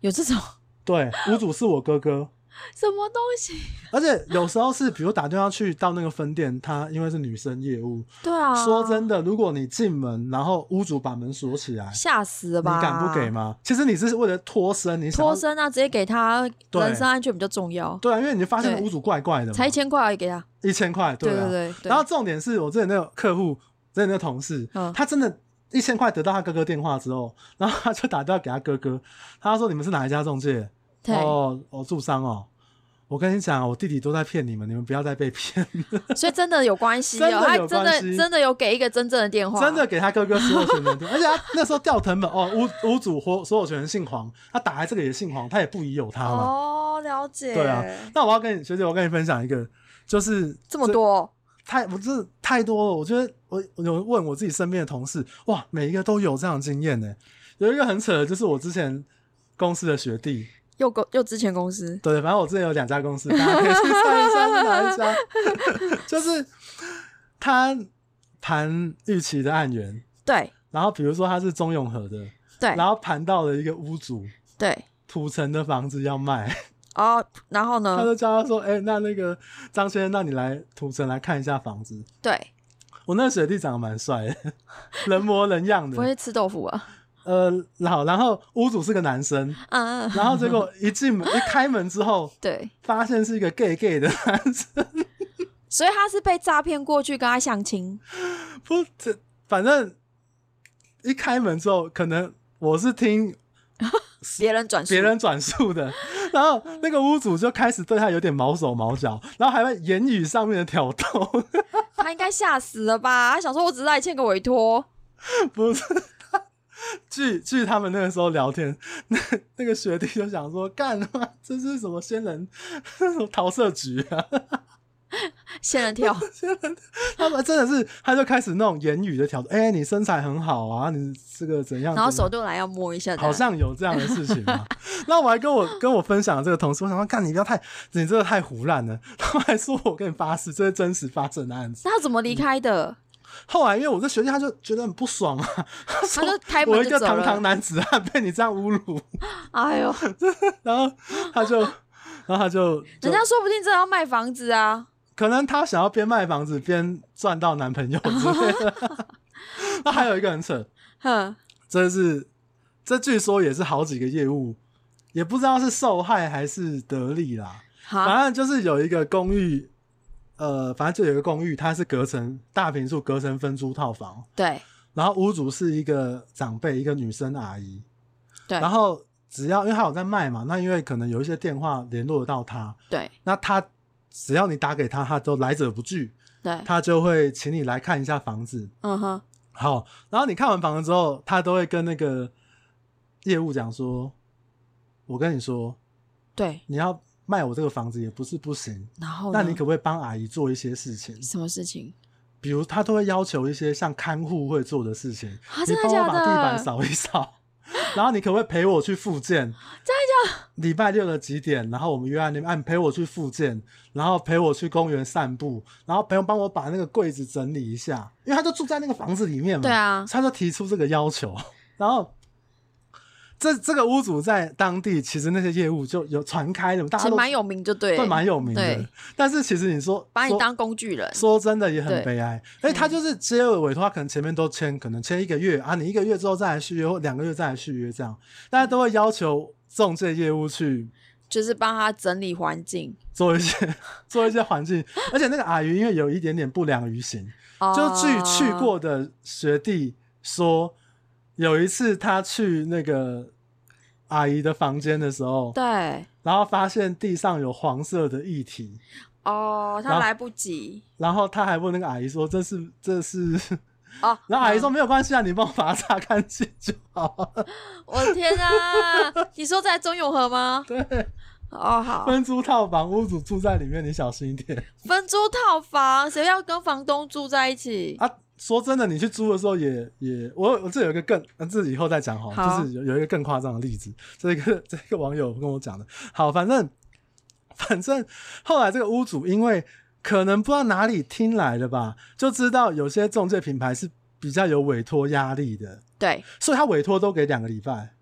B: 有这种”
A: 对，屋主是我哥哥，
B: 什么东西？
A: 而且有时候是比如打电话去到那个分店，他因为是女生业务，
B: 对啊，
A: 说真的，如果你进门，然后屋主把门锁起来，
B: 吓死了吧？
A: 你敢不给？吗？其实你是为了脱身，你想要
B: 脱。身啊，直接给他，
A: 对
B: 人身安全比较重要，
A: 对啊，因为你就发现
B: 对
A: 屋主怪怪的嘛，
B: 才一千块而已，给他，
A: 一千块，
B: 对
A: 啊。
B: 对对，
A: 然后重点是我之前那个客户，之前那个同事，
B: 嗯
A: 他真的。一千块得到他哥哥电话之后，然后他就打电话给他哥哥，他说：“你们是哪一家中介？
B: 对，
A: 哦，哦，住商哦。我跟你讲，我弟弟都在骗你们，你们不要再被骗。
B: 所以真的有关 系
A: 真
B: 哦，
A: 的
B: 他
A: 有
B: 真
A: 关
B: 的
A: 系
B: 真的有给一个真正的电话，
A: 真的给他哥哥所有权人， 而且他那时候掉藤本哦，屋屋主或所有权人姓黄，他打来这个也姓黄，他也不疑有他嘛。
B: 哦，了解，
A: 对啊，那我要跟你学姐，我跟你分享一个，就是
B: 这么多，
A: 太我真的太多了，我觉得我我有问我自己身边的同事，哇，每一个都有这样的经验呢。有一个很扯的，就是我之前公司的学弟，
B: 又公又之前公司，
A: 对，反正我之前有两家公司，大家可以去算一算是哪一家。 就是他谈预期的案源，
B: 对
A: 然后比如说他是中永和的，
B: 对
A: 然后盘到了一个屋主
B: 对，
A: 土城的房子要卖，
B: 哦，然后
A: 他
B: 呢，
A: 就叫他说：“哎、那那个张先生，那你来土城来看一下房子。
B: 对，”
A: 我那个学弟长得蛮帅的，人模人样
B: 不
A: 的。
B: 会吃豆腐啊，
A: 呃，好，然后屋主是个男生，
B: 嗯嗯，嗯
A: 然后结果一进门一开门之后，
B: 对，
A: 发现是一个 gay gay 的男生，
B: 所以他是被诈骗过去跟他相亲，
A: 不，这反正一开门之后，可能我是听
B: 别人转述，
A: 别人转述的，然后那个屋主就开始对他有点毛手毛脚，然后还在言语上面的挑逗，
B: 他应该吓死了吧？他想说，我只是来欠个委托，
A: 不是。 据据他们那个时候聊天， 那那个学弟就想说，干嘛这是什么仙人 什么桃色局啊？
B: 仙人跳，
A: 他们真的是，他就开始那种言语的挑逗，哎、你身材很好啊，你这个怎样？
B: 然后
A: 怎样
B: 手就来要摸一下的，
A: 好像有这样的事情啊。 那我还跟我跟我分享了这个同事，我想说，干你不要太，你这个太胡乱了。他们还说我跟你发誓，这是真实发生的案子。
B: 那他怎么离开
A: 嗯
B: 的？
A: 后来因为我这学弟，他就觉得很不爽啊，他
B: 他就
A: 说
B: 开
A: 我
B: 门
A: 一
B: 就
A: 个
B: 走
A: 堂堂
B: 了。
A: 男子汉被你这样侮辱，
B: 哎 呦，
A: 然后他 就，然后他就，就
B: 人家说不定真的要卖房子啊！
A: 可能他想要边卖房子边赚到男朋友之类的。 那还有一个很扯，
B: 哼，
A: 这是这据说也是好几个业务，也不知道是受害还是得利啦。
B: 好，
A: 反正就是有一个公寓，呃，反正就有一个公寓，它是隔层大平数隔层分租套房，
B: 对
A: 然后屋主是一个长辈，一个女生阿姨，
B: 对
A: 然后只要因为他有在卖嘛，那因为可能有一些电话联络得到他，
B: 对
A: 那他只要你打给他，他都来者不拒，
B: 对，
A: 他就会请你来看一下房子。
B: 嗯哼，
A: 好，然后你看完房子之后，他都会跟那个业务讲说：“我跟你说，
B: 对。
A: 你要卖我这个房子也不是不行，
B: 然后呢
A: 那你可不可以帮阿姨做一些事情？
B: 什么事情？
A: 比如他都会要求一些像看护会做的事情，
B: 啊
A: 你
B: 真的
A: 帮我
B: 假
A: 把地板
B: 的
A: 扫一扫， 然后你可不可以陪我去复健？真的假礼拜六的几点？然后我们约在那边，啊，你陪我去复健，然后陪我去公园散步，然后陪我帮我把那个柜子整理一下，因为他就住在那个房子里面嘛。
B: 对啊
A: 所以他就提出这个要求，然后这这个屋主在当地其实那些业务就有传开的，大家
B: 其实
A: 都
B: 蛮有名，就对
A: 会
B: 了，
A: 蛮有名的
B: 对。
A: 但是其实你说
B: 把你
A: 说
B: 当工具人，
A: 说真的也很
B: 对嗯
A: 悲哀，哎，他就是接了委托，他可能前面都签，可能签一个月啊，你一个月之后再来续约，或两个月再来续约，这样大家都会要求中介业务去
B: 就是帮他整理环境，
A: 做一些 做一些环境，而且那个阿姨因为有一点点不良于行，就据
B: 啊
A: 去过的学弟说，有一次他去那个阿姨的房间的时候，
B: 对
A: 然后发现地上有黄色的液体，
B: 哦，
A: 然后
B: 他来不及
A: 然后他还问那个阿姨说：“这是这是？”
B: 哦，
A: 然后阿姨
B: 嗯
A: 说：“没有关系啊，你帮我把它擦干净就好。
B: 我的天 啊！你说在中永和吗”？
A: 对，
B: 哦，好，
A: 分租套房，屋主住在里面，你小心一 点
B: 分租套房，谁要跟房东住在一起？
A: 啊！说真的，你去租的时候也也，我我这有一个更，啊这以后再讲好了，
B: 好
A: 就是有有一个更夸张的例子，这个 这个网友跟我讲的。好，反正反正后来这个屋主因为可能不知道哪里听来的吧，就知道有些中介品牌是比较有委托压力的，
B: 对，
A: 所以他委托都给两个礼拜。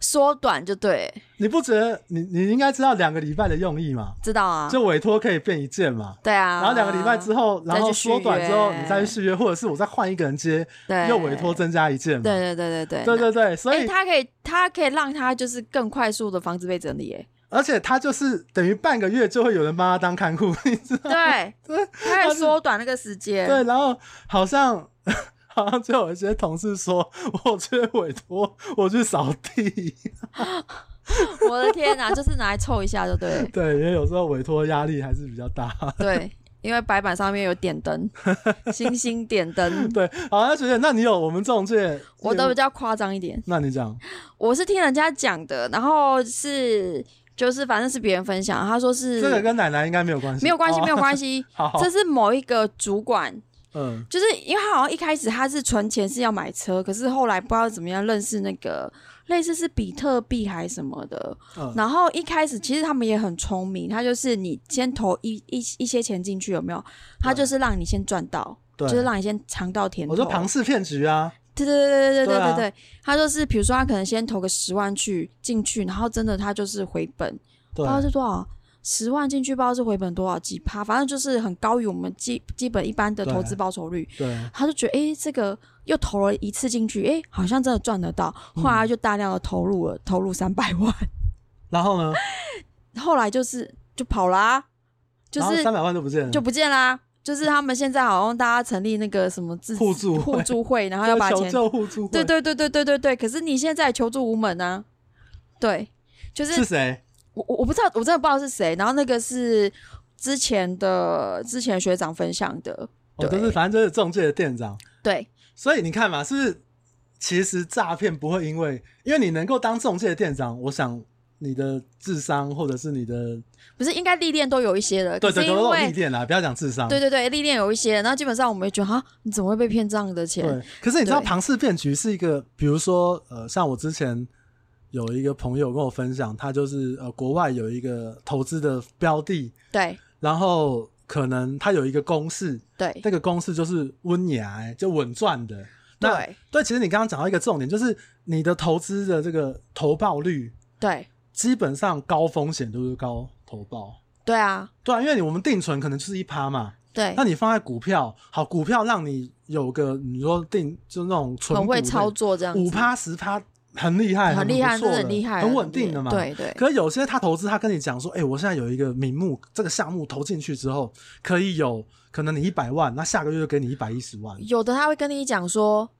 B: 缩短就对，
A: 你不觉得你你应该知道两个礼拜的用意嘛？
B: 知道啊？
A: 就委托可以变一件嘛。
B: 对啊。
A: 然后两个礼拜之
B: 后，
A: 后，然后
B: 再去续
A: 缩短之后，
B: 约
A: 你再去续约，或者是我再换一个人接，
B: 对，
A: 又委托增加一件嘛。
B: 对对对对对
A: 对对对，所
B: 哎、
A: 以
B: 他可以，他可以让他就是更快速的房子被整理耶。
A: 而且他就是等于半个月就会有人帮他当看 护，你知道？
B: 对，
A: 对
B: 他
A: 他
B: 可
A: 是
B: 以缩短那个时间。
A: 对，然后好像 好像就有一些同事说，我去委托我去扫地，
B: 我的天哪、就是拿来凑一下就对 了
A: 对，因为有时候委托压力还是比较大。
B: 对，因为白板上面有点灯，星星点灯，
A: 对，好，那学姐，那你有我们中介，
B: 我都比较夸张一点。
A: 那你讲，
B: 我是听人家讲的，然后是就是反正是别人分享，他说是
A: 这个跟奶奶应该没有关系，
B: 没有关系，
A: 哦，
B: 没有关系
A: 好，
B: 这是某一个主管。
A: 嗯
B: 就是因为他好像一开始他是存钱是要买车，可是后来不知道怎么样认识那个类似是比特币还是什么的。
A: 嗯
B: 然后一开始其实他们也很聪明，他就是你先投一一一些钱进去有没有？他
A: 对
B: 就是让你先赚到，
A: 对，
B: 就是让你先尝到甜头。
A: 我说庞氏骗局啊，
B: 对对对
A: 对
B: 对对
A: 啊
B: 对对，他就是比如说他可能先投个十万去进去，然后真的他就是回本，不
A: 对
B: 知道是多少十万进去，不知道是回本多少几趴，反正就是很高于我们基基本一般的投资
A: 对
B: 报酬率。
A: 对
B: 他就觉得诶，这个又投了一次进去，诶，好像真的赚得到，后来
A: 嗯
B: 他就大量的投入了，投入三百万，
A: 然后呢，
B: 后来就是就跑啦、就
A: 然后
B: 是
A: 三百万都不见了，
B: 就不见啦、就是他们现在好像大家成立那个什么自
A: 互助
B: 互
A: 会
B: 助会，然后
A: 就
B: 要把
A: 求
B: 钱
A: 救互助会，
B: 对对对对对对对，可是你现在求助无门啊，对，就是
A: 是谁？
B: 我我我不知道，我真的不知道是谁。然后那个是之前的之前学长分享的，
A: 哦，
B: 对
A: 就是反正就是中介的店长，
B: 对
A: 所以你看嘛，是不是其实诈骗不会因为因为你能够当中介的店长，我想你的智商或者是你的
B: 不是应该历练都有一些的，
A: 对
B: 可
A: 对对
B: 是因
A: 都有历
B: 为
A: 练啊啦，不要讲智商，
B: 对对对历练有一些，然后基本上我们就觉得啊，你怎么会被骗这样的钱？
A: 对，可是你知道
B: 对
A: 庞氏骗局是一个，比如说呃，像我之前有一个朋友跟我分享，他就是呃国外有一个投资的标的，
B: 对
A: 然后可能他有一个公式，
B: 对
A: 那个公式就是温牙，就稳赚的。那
B: 对
A: 对，其实你刚刚讲到一个重点，就是你的投资的这个投报率，
B: 对
A: 基本上高风险都是高投报。
B: 对啊，
A: 对啊，因为你我们定存可能就是一趴嘛，
B: 对
A: 那，你放在股票，好，股票让你有个你说定就那种纯
B: 很
A: 股
B: 会
A: 类
B: 操作这样子，
A: 五趴十趴很厉害，
B: 很厉害，
A: 不错
B: 真的
A: 的
B: 很厉害，啊
A: 很稳定的嘛。。
B: 对对
A: 可是有些他投资，他跟你讲说，哎、我现在有一个名目，这个项目投进去之后，可以有可能你一百万，那下个月就给你一百一十万。
B: 有的他会跟你讲说，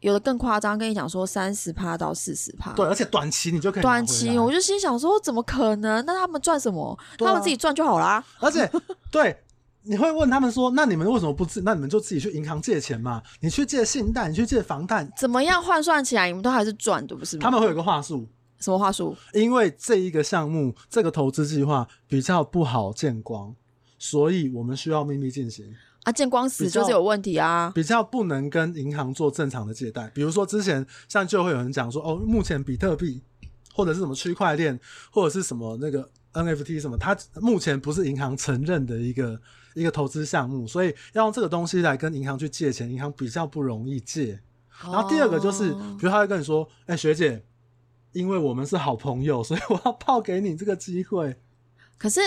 B: 有的更夸张，跟你讲说三十趴到四十趴。
A: 对，而且短期你就可以拿
B: 短
A: 回
B: 期
A: 来
B: 我就心想说，怎么可能？那他们赚什么？
A: 对啊
B: 他们自己赚就好啦。
A: 而且对，你会问他们说，那你们为什么不自？那你们就自己去银行借钱嘛，你去借信贷，你去借房贷，
B: 怎么样换算起来，你们都还是赚的，不是吗？
A: 他们会有个话术，
B: 什么话术？
A: 因为这一个项目这个投资计划比较不好见光，所以我们需要秘密进行。
B: 啊，见光死
A: 比较
B: 就是有问题啊。
A: 比较不能跟银行做正常的借贷。比如说之前像就会有人讲说，哦，目前比特币或者是什么区块链或者是什么那个 NFT 什么，它目前不是银行承认的一个一个投资项目，所以要用这个东西来跟银行去借钱，银行比较不容易借。然后第二个就是，
B: 哦
A: 比如他会跟你说，哎、学姐，因为我们是好朋友，所以我要泡给你这个机会。
B: 可是，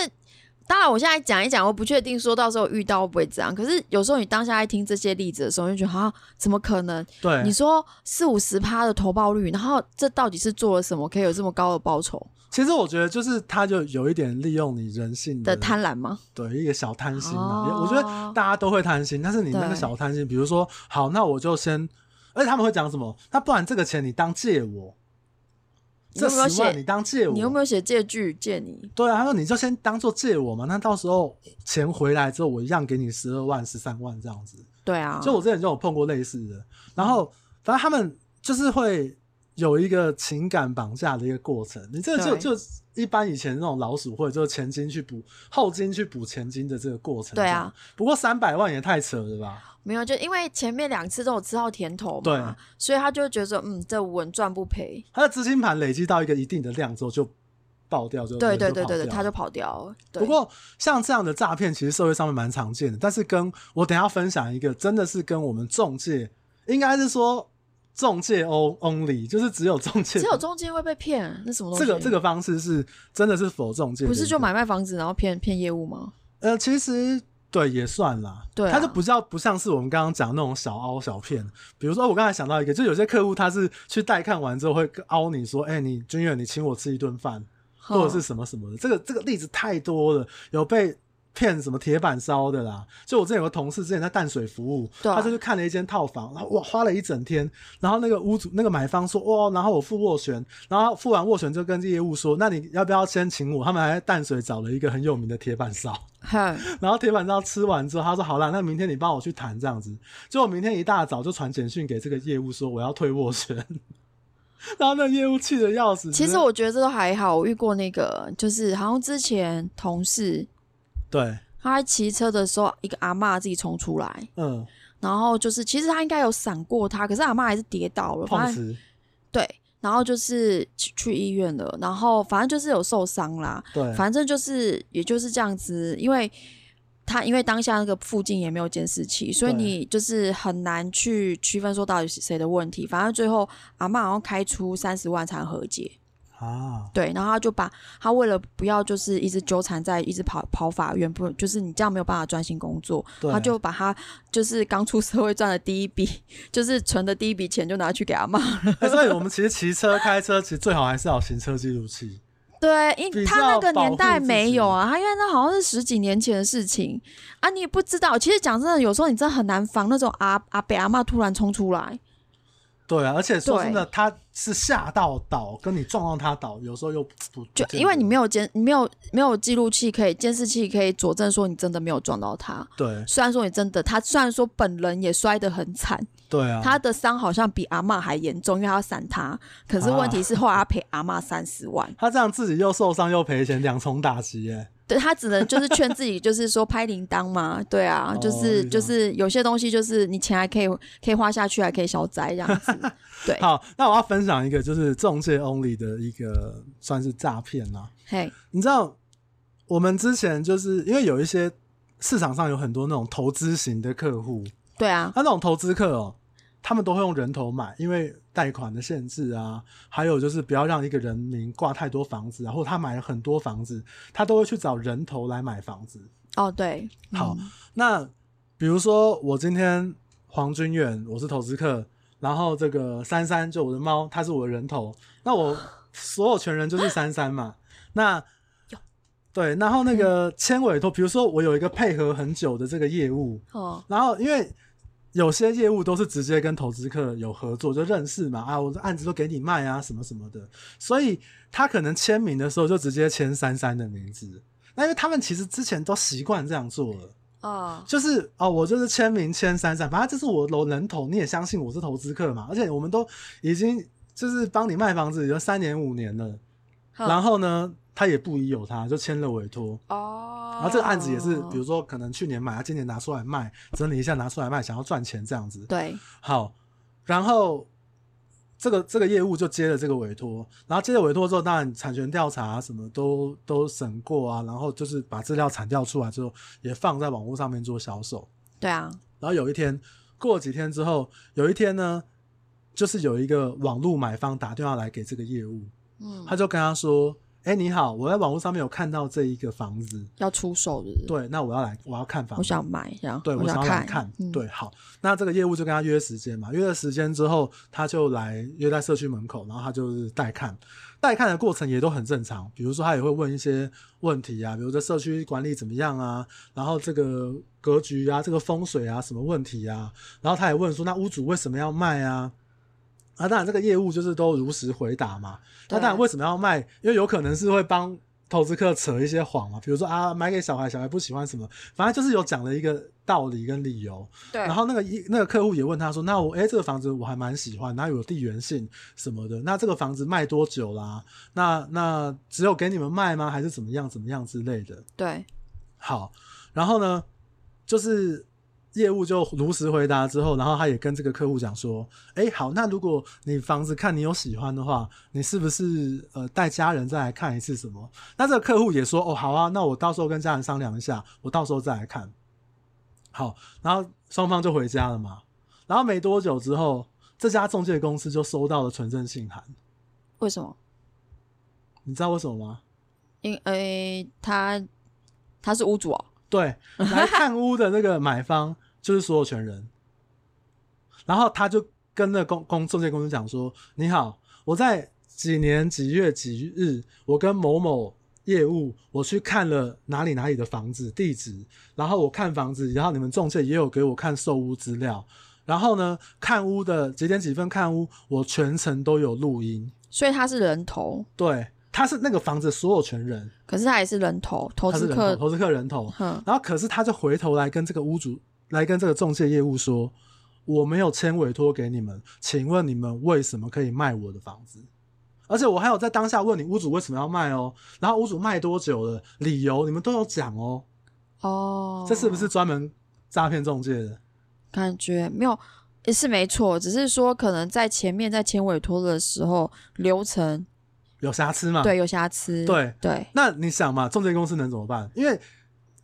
B: 当然，我现在讲一讲，我不确定说到时候遇到会不会这样。可是有时候你当下在听这些例子的时候，你就觉得啊，怎么可能？
A: 对，
B: 你说四五十趴的投报率，然后这到底是做了什么，可以有这么高的报酬
A: 其实我觉得就是他就有一点利用你人性
B: 的贪婪吗？
A: 对一个小贪心嘛、
B: 哦
A: 我觉得大家都会贪心，但是你那个
B: 对
A: 小贪心，比如说好，那我就先，而且他们会讲什么？那不然这个钱你当借我，
B: 你
A: 这
B: 有没有
A: 十万
B: 写
A: 你当借我，
B: 你有没有写借据借你？
A: 对啊，他说你就先当做借我嘛，那到时候钱回来之后，我一样给你十二万、十三万这样子。
B: 对啊，
A: 就我之前就有碰过类似的，然后反正他们就是会有一个情感绑架的一个过程。你这个就
B: 对
A: 就一般以前那种老鼠会，就是前金去补后金去补前金的这个过程。
B: 对啊，
A: 不过三百万也太扯了吧？
B: 没有，就因为前面两次都有吃到甜头
A: 对
B: 嘛，所以他就会觉得说，嗯，这稳赚不赔。
A: 他的资金盘累积到一个一定的量之后就爆掉，就
B: 对
A: 人
B: 对
A: 就
B: 对
A: 跑
B: 对对，
A: 掉
B: 他
A: 了
B: 就跑掉了。对
A: 不过像这样的诈骗，其实社会上面蛮常见的。但是跟我等一下分享一个，真的是跟我们中介，应该是说中介 o- only，就是只有中介，
B: 只有中间会被骗，那什么东西？
A: 这个这个方式是真的是否中介的一
B: 不
A: 个，
B: 是就买卖房子然后骗骗业务吗？
A: 呃，其实对也算啦，
B: 对啊
A: 它就比较不像是我们刚刚讲那种小凹小骗。比如说，哦我刚才想到一个，就有些客户他是去带看完之后会凹你说，哎、你君远，你请我吃一顿饭，或者是什么什么的。这个这个例子太多了，有被骗什么铁板烧的啦。就我之前有个同事之前在淡水服务，
B: 对啊
A: 他就去看了一间套房，然后哇花了一整天，然后那个屋主那个买方说哇，然后我付斡旋，然后付完斡旋就跟业务说，那你要不要先请我？他们还在淡水找了一个很有名的铁板烧。
B: 哼，
A: 然后铁板烧吃完之后，他说好啦，那明天你帮我去谈这样子。结果明天一大早就传简讯给这个业务说我要退斡旋， 然后那业务气得要死。
B: 其
A: 觉
B: 实
A: 得
B: 我觉得这都还好。我遇过那个，就是好像之前同事
A: 对，
B: 他在骑车的时候，一个阿嬷自己冲出来，
A: 嗯，
B: 然后就是其实他应该有闪过他，可是阿嬷还是跌倒了，
A: 碰
B: 反正
A: 瓷，
B: 对，然后就是去去医院了，然后反正就是有受伤啦，
A: 对，
B: 反正就是也就是这样子，因为他因为当下那个附近也没有监视器，所以
A: 对
B: 你就是很难去区分说到底是谁的问题。反正最后阿嬷好像开出三十万才和解，
A: 啊，
B: 对，然后他就把他为了不要就是一直纠缠在一直跑跑法院，不就是你这样没有办法专心工作，
A: 对
B: 他就把他就是刚出社会赚的第一笔， 就是存的第一笔钱就拿去给阿嬷。
A: 哎所以我们其实骑车、开车，其实最好还是要有行车记录器。
B: 对，因
A: 比
B: 为他那
A: 较
B: 个
A: 保
B: 年
A: 护
B: 代
A: 自
B: 没有
A: 己
B: 啊，他因为那好像是十几年前的事情啊，你也不知道。其实讲真的，有时候你真的很难防那种阿阿北阿嬷突然冲出来。
A: 对啊，而且说
B: 对
A: 真的，他是吓到倒，跟你撞到他倒，有时候又不不
B: 就
A: 不见
B: 因为
A: 得
B: 你没有监，你没有没有记录器可以监视器可以佐证说你真的没有撞到他。
A: 对
B: 虽然说你真的，他虽然说本人也摔得很惨，
A: 对啊，
B: 他的伤好像比阿嬷还严重，因为他要闪他。可是问题
A: 啊
B: 是后来他赔阿嬷三十万，
A: 他这样自己又受伤又赔钱，两重打击耶。
B: 对他只能就是劝自己，就是说拍铃铛嘛，对啊，
A: 哦
B: 就是、
A: 铃铛
B: 就是有些东西就是你钱还可以可以花下去，还可以消灾这样子， 对，
A: 好，那我要分享一个就是中介 only 的一个算是诈骗啦。
B: 嘿，
A: 你知道，我们之前就是因为有一些市场上有很多那种投资型的客户，
B: 对啊，
A: 那那种投资客哦，他们都会用人头买，因为贷款的限制啊，还有就是不要让一个人名挂太多房子啊，然后他买了很多房子，他都会去找人头来买房子。
B: 哦对，嗯
A: 好，那比如说我今天黄君远，我是投资客，然后这个珊珊就我的猫，它是我的人头，那我所有权人就是珊珊嘛。那对，然后那个签委托，比如说我有一个配合很久的这个业务，
B: 哦，
A: 然后因为有些业务都是直接跟投资客有合作，就认识嘛，啊，我的案子都给你卖啊，什么什么的，所以他可能签名的时候就直接签珊珊的名字。那因为他们其实之前都习惯这样做了，
B: 哦，
A: 就是哦，我就是签名签珊珊，反正这是我楼人头，你也相信我是投资客嘛，而且我们都已经就是帮你卖房子有三年五年了，
B: 好
A: 然后呢，他也不疑有他，就签了委托。
B: 哦，
A: 然后这个案子也是，比如说可能去年买，他今年拿出来卖，整理一下拿出来卖，想要赚钱这样子。
B: 对，
A: 好，然后这个这个业务就接了这个委托，然后接了委托之后，当然产权调查啊什么都都审过啊，然后就是把资料产调出来之后，也放在网络上面做销售。
B: 对啊，
A: 然后有一天，过几天之后，有一天呢，就是有一个网络买方打电话来给这个业务，
B: 嗯，
A: 他就跟他说：“哎、你好，我在网络上面有看到这一个房子，
B: 要出售的，
A: 对，那我要来，我要看房
B: 我
A: 子，
B: 想买，然后
A: 对
B: 我
A: 想要来
B: 看，
A: 看，
B: 嗯，
A: 对，好，那这个业务就跟他约时间嘛，约了时间之后，他就来约在社区门口，然后他就是带看，带看的过程也都很正常，比如说他也会问一些问题啊，比如说社区管理怎么样啊，然后这个格局啊，这个风水啊，什么问题啊，然后他也问说，那屋主为什么要卖啊？啊，当然这个业务就是都如实回答嘛。那
B: 对啊
A: 当然为什么要卖？因为有可能是会帮投资客扯一些谎嘛，比如说啊，买给小孩，小孩不喜欢什么，反正就是有讲了一个道理跟理由。
B: 对，
A: 然后那个一那个客户也问他说：“那我哎、这个房子我还蛮喜欢，然后有地缘性什么的，那这个房子卖多久啦？那那只有给你们卖吗？还是怎么样怎么样之类的？”
B: 对，
A: 好，然后呢，就是业务就如实回答之后，然后他也跟这个客户讲说，哎，好，那如果你房子看你有喜欢的话，你是不是呃带家人再来看一次什么？那这个客户也说，哦，好啊，那我到时候跟家人商量一下，我到时候再来看。好，然后双方就回家了嘛。然后没多久之后，这家中介公司就收到了存证信函，
B: 为什么？
A: 你知道为什么吗？
B: 因为他他是屋主哦，
A: 对，来看屋的那个买方就是所有权人，然后他就跟那公公中介公司讲说：“你好，我在几年几月几日，我跟某某业务我去看了哪里哪里的房子地址，然后我看房子，然后你们中介也有给我看售屋资料，然后呢，看屋的几点几分看屋，我全程都有录音，
B: 所以他是人头，
A: 对，他是那个房子所有权人，
B: 可是他也是人头，投
A: 他是
B: 资
A: 人头
B: 客，
A: 投资客人头，
B: 哼，
A: 然后可是他就回头来跟这个屋主，来跟这个中介业务说，我没有签委托给你们，请问你们为什么可以卖我的房子？而且我还有在当下问你屋主为什么要卖哦，然后屋主卖多久了，理由你们都有讲哦，
B: 哦，
A: 这是不是专门诈骗中介的？
B: 感觉没有？也是没错，只是说可能在前面在签委托的时候流程
A: 有瑕疵嘛？
B: 对有瑕疵，
A: 啊对
B: 对，
A: 那你想嘛，中介公司能怎么办？因为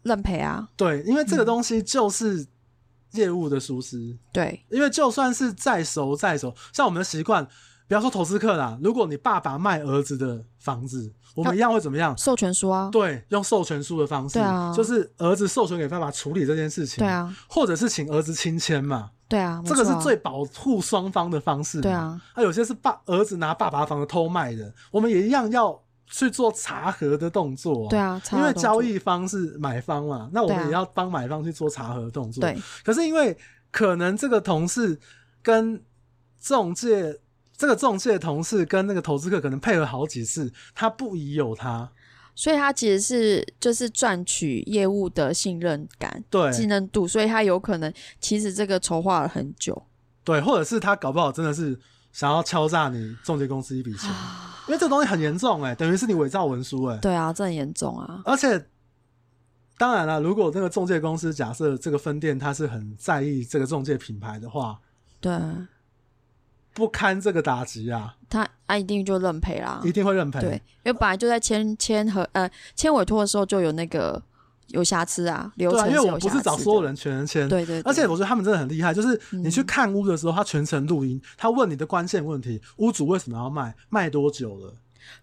B: 认赔啊，
A: 对，因为这个东西就是业务的疏失。
B: 对
A: 因为就算是再熟再熟，像我们的习惯，不要说投资客啦，如果你爸爸卖儿子的房子，我们一样会怎么样？
B: 授权书啊，
A: 对，用授权书的方式，
B: 对啊
A: 就是儿子授权给爸爸处理这件事情，
B: 对，啊，
A: 或者是请儿子亲签嘛，
B: 对啊，没
A: 这个
B: 错
A: 是
B: 啊
A: 最保护双方的方式嘛。
B: 对啊，
A: 啊，有些是爸儿子拿爸爸房子偷卖的，我们也一样要去做查核的动作、
B: 对。啊，差
A: 因为
B: 不多
A: 交易方是买方嘛，那我
B: 对
A: 们
B: 啊
A: 也要帮买方去做查核动作。
B: 对
A: 可是因为可能这个同事跟中介，这个中介同事跟那个投资客可能配合好几次，他不疑有他，
B: 所以他其实是就是赚取业务的信任感、
A: 对
B: 信任度，所以他有可能其实这个筹划了很久。
A: 对，或者是他搞不好真的是想要敲诈你中介公司一笔钱，
B: 啊
A: 因为这个东西很严重哎、等于是你伪造文书哎、
B: 对啊，这很严重啊。
A: 而且。当然了，如果那个中介公司假设这个分店他是很在意这个中介品牌的话，
B: 对啊
A: 不堪这个打击啊，
B: 他，他一定就认赔啦
A: 一。定会认赔。
B: 啊对，因为本来就在签签和呃签委托的时候就有那个有瑕疵啊，流
A: 对啊，
B: 程
A: 因为
B: 有瑕疵
A: 我不是找所有人全人签
B: 的，，对对对嗯
A: 而且我觉得他们真的很厉害，就是你去看屋的时候，他全程录音，他问你的关键问题，屋主为什么要卖，卖多久了，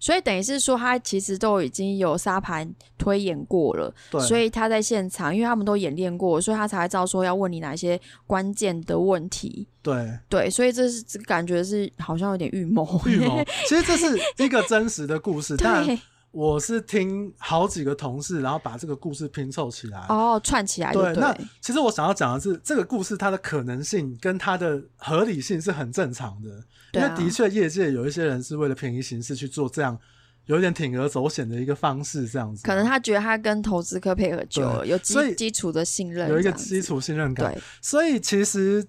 B: 所以等于是说他其实都已经有沙盘推演过了，
A: 对，
B: 所
A: 以
B: 以他在现场，因为他们都演练过，所以他才会知道说要问你哪些关键的问题。
A: 对
B: 对，所以这是这感觉是好像有点预谋，
A: 预 谋，其实这是一个真实的故事，但
B: 对，
A: 我是听好几个同事，然后把这个故事拼凑起来。
B: 哦，串起来就
A: 对，
B: 对
A: 那其实我想要讲的是，这个故事它的可能性跟它的合理性是很正常的，因
B: 对
A: 为
B: 啊
A: 的确业界有一些人是为了便宜行事去做这样有点铤而走险的一个方式，这样子。
B: 可能他觉得他跟投资客配合久了，有基
A: 所以
B: 基础的信任，
A: 有一
B: 这
A: 个
B: 样子
A: 基础信任感。
B: 对
A: 所以其实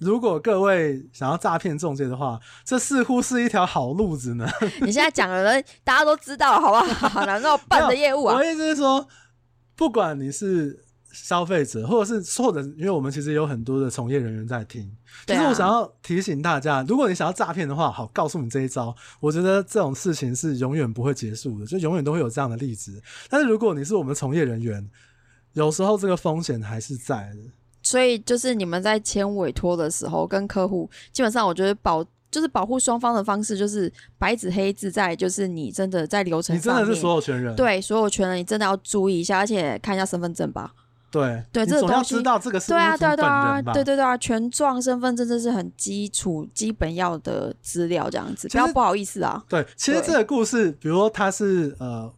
A: 如果各位想要诈骗中介的话，这似乎是一条好路子呢。
B: 你现在讲的人，大家都知道，好不好？ 难道笨的业务啊
A: 我？的意思是说，不管你是。消费者，或者是或者，因为我们其实有很多的从业人员在听，其
B: 对
A: 实
B: 啊
A: 我想要提醒大家，如果你想要诈骗的话，好，告诉你这一招。我觉得这种事情是永远不会结束的，就永远都会有这样的例子。但是如果你是我们从业人员，有时候这个风险还是在的。
B: 所以就是你们在签委托的时候，跟客户基本上我觉得保就是保护双方的方式，就是白纸黑字在，就是你真的在流程
A: 你真
B: 上
A: 的
B: 面，
A: 是所有权人，
B: 对所有权人，你真的要注意一下，而且看一下身份证吧。
A: 对
B: 对
A: 你
B: 这个
A: 总要
B: 东西
A: 知道这个是
B: 对啊，
A: 不是
B: 对啊，对
A: 本
B: 啊，
A: 人吧
B: 对对对啊，权状、身份证这是很基础、基本要的资料，这样子，
A: 其实
B: 不要不好意思啊。
A: 对，其实
B: 对
A: 这个故事，比如说它是呃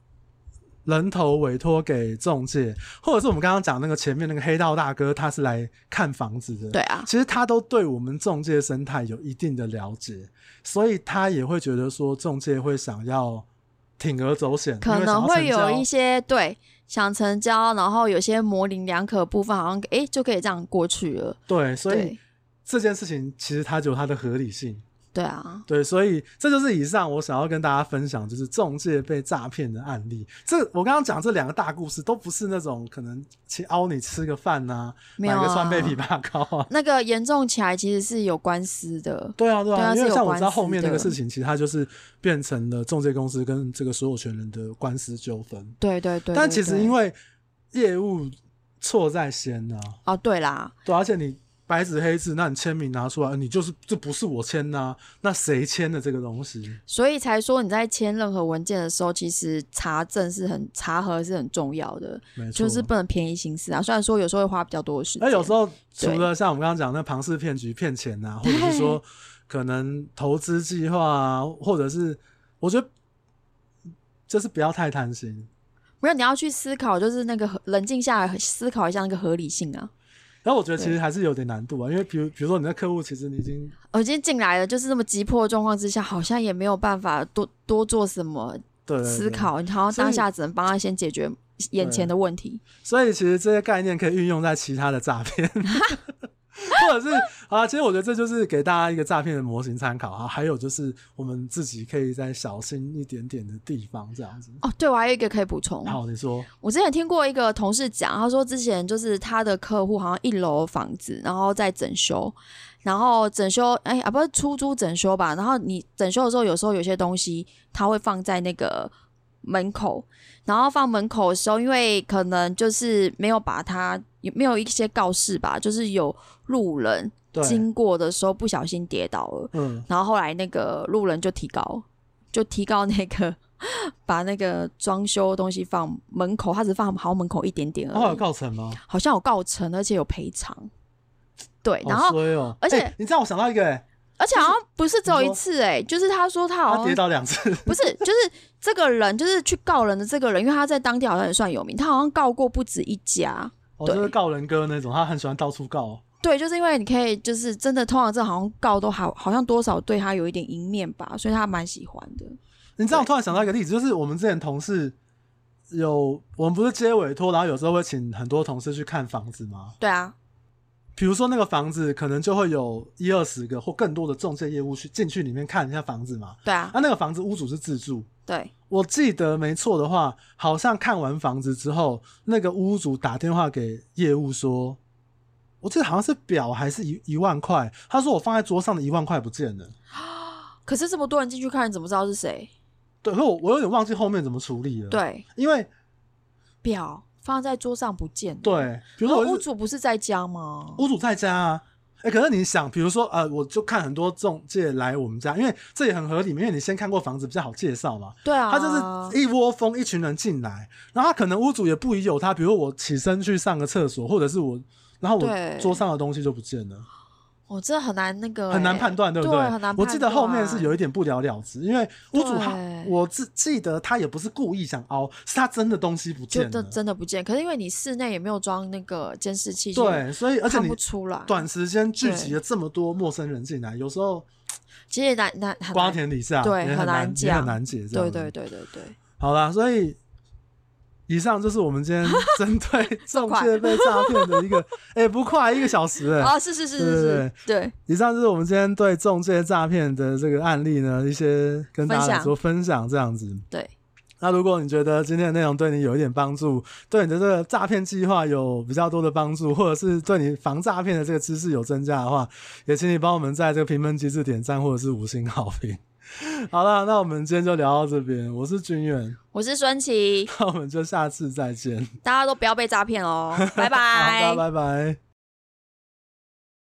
A: 人头委托给中介，或者是我们刚刚讲那个前面那个黑道大哥，他是来看房子的，
B: 对啊，
A: 其实他都对我们中介生态有一定的了解，所以他也会觉得说中介会想要铤而走险，
B: 可
A: 因为想
B: 能
A: 要
B: 会
A: 成
B: 有
A: 交
B: 一些对想成交，然后有些模棱两可的部分，好像诶就可以这样过去了。
A: 对，所以
B: 对
A: 这件事情其实它就有它的合理性。
B: 对啊，
A: 对，所以这就是以上我想要跟大家分享，就是中介被诈骗的案例。这我刚刚讲这两个大故事，都不是那种可能去凹你吃个饭呐、
B: 没
A: 买
B: 有
A: 个
B: 啊
A: 川贝枇杷膏啊。
B: 那个严重起来其实是有官司的。
A: 对啊，对
B: 对
A: 啊，
B: 啊
A: 因为
B: 是有
A: 像我
B: 官
A: 知道
B: 司
A: 后面那个
B: 的
A: 事情，其实它就是变成了中介公司跟这个所有权人的官司纠纷。
B: 对对对
A: 但其实因
B: 为
A: 为业务错在先呐、啊，
B: 哦对啦，
A: 对，而且你白纸黑字，那你签名拿出来，你就是这不是我签呐、那谁签的这个东西？
B: 所以才说你在签任何文件的时候，其实查证是很查核是很重要的，
A: 没错，哎
B: 就是不能便宜行事啊。虽然说有时候会花比较多的时间，
A: 那有时候除
B: 对
A: 了像我们刚刚讲的那庞氏骗局骗钱呐、或者是说可能投资计划啊，或者是我觉得就是不要太贪心。
B: 没有你要去思考，就是那个合冷静下来思考一下那个合理性啊。
A: 然后我觉得其实还是有点难度啊，因为比如比如说你的客户其实你已经
B: 我哦今天进来了，就是这么急迫的状况之下，好像也没有办法多多做什么
A: 对对对
B: 思考，你好像当下只能帮他先解决眼前的问题。
A: 所以其实这些概念可以运用在其他的诈 骗，或者是啊，其实我觉得这就是给大家一个诈骗的模型参考啊。还有就是我们自己可以再小心一点点的地方，这样子。
B: 哦，对，我还有一个可以补充，
A: 好，你说，
B: 我之前听过一个同事讲，他说之前就是他的客户好像一楼房子，然后在整修，然后整修，哎、啊，不是出租整修吧？然后你整修的时候，有时候有些东西他会放在那个门口，然后放门口的时候，因为可能就是没有把它，也没有一些告示吧，就是有路人
A: 对，
B: 经过的时候不小心跌倒了，
A: 嗯，
B: 然后后来那个路人就提高，就提高那个把那个装修东西放门口，他只放好像门口一点点
A: 他
B: 而
A: 有
B: 已，
A: 告成吗？
B: 好像有告成，而且有赔偿。对，然
A: 好
B: 后
A: 衰哦，
B: 而且
A: 哎你知道我想到一个、哎，
B: 而且好像不是只有
A: 你
B: 一
A: 说
B: 次哎、就是他说他好
A: 他
B: 像
A: 跌倒两次，
B: 不是，就是这个人，就是去告人的这个人，因为他在当地好像也算有名，他好像告过不止一家。
A: 我、
B: 对
A: 哦就是告人哥那种，他很喜欢到处告。
B: 对，就是因为你可以，就是真的，通常这好像告都好，好像多少对他有一点赢面吧，所以他蛮喜欢的。
A: 你知道，
B: 对
A: 我突然想到一个例子，就是我们之前同事有，我们不是接委托，然后有时候会请很多同事去看房子吗？
B: 对啊，
A: 比如说那个房子可能就会有一二十个或更多的中介业务去进去里面看一下房子嘛。
B: 对啊，
A: 啊，那个房子屋主是自住，
B: 对，
A: 我记得没错的话，好像看完房子之后，那个屋主打电话给业务说，我记得好像是表还是一一万块，他说我放在桌上的一万块不见了。
B: 可是这么多人进去看，你怎么知道是谁？
A: 对，可我我有点忘记后面怎么处理了。，
B: 对，
A: 因为
B: 表放在桌上不见了。
A: 对，啊比如说
B: 然
A: 我
B: 后哦屋
A: 一直
B: 主不是在家吗？
A: 屋主在家啊。哎、可是你想，比如说，呃，我就看很多中介来我们家，因为这也很合理嘛，因为你先看过房子比较好介绍嘛。
B: 对啊，
A: 他就是一窝蜂一群人进来，然后他可能屋主也不疑有他，比如我起身去上个厕所，或者是我，然后我
B: 对
A: 桌上的东西就不见了，
B: 哦，这很难那个欸、
A: 很难判断，对不
B: 对？
A: 对
B: 很难判断。啊
A: 我记得后面是有一点不了了之，因为屋主他
B: 对，
A: 我记记得他也不是故意想凹，是他真的东西不
B: 就
A: 见
B: 真
A: 了，
B: 真的不见，可是因为你室内也没有装那个监视器，就
A: 对，所以而且
B: 看
A: 你
B: 不出来。
A: 短时间聚集了这么多陌生人进来，有时候
B: 其实也难难很
A: 瓜
B: 难，
A: 田李下，
B: 对
A: 也
B: 很
A: 很
B: 难
A: 难也很
B: 讲
A: 难解，这样子
B: 对对对对对，
A: 好啦，所以以上就是我们今天针对中
B: 快
A: 介被诈骗的一个，哎、不快一个小时哎、
B: 啊，是是是是是，对，
A: 以上就是我们今天对中介诈骗的这个案例呢，一些跟大家来做分享这样子。
B: 对，
A: 那如果你觉得今天的内容对你有一点帮助，对你的这个诈骗计划有比较多的帮助，或者是对你防诈骗的这个知识有增加的话，也请你帮我们在这个评分机制点赞或者是五星好评。 好啦，那我们今天就聊到这边，我是君远。
B: 我是孙琦，
A: 那我们就下次再见。
B: 大家都不要被诈骗哦，
A: 好，大
B: 拜拜
A: 家。拜拜。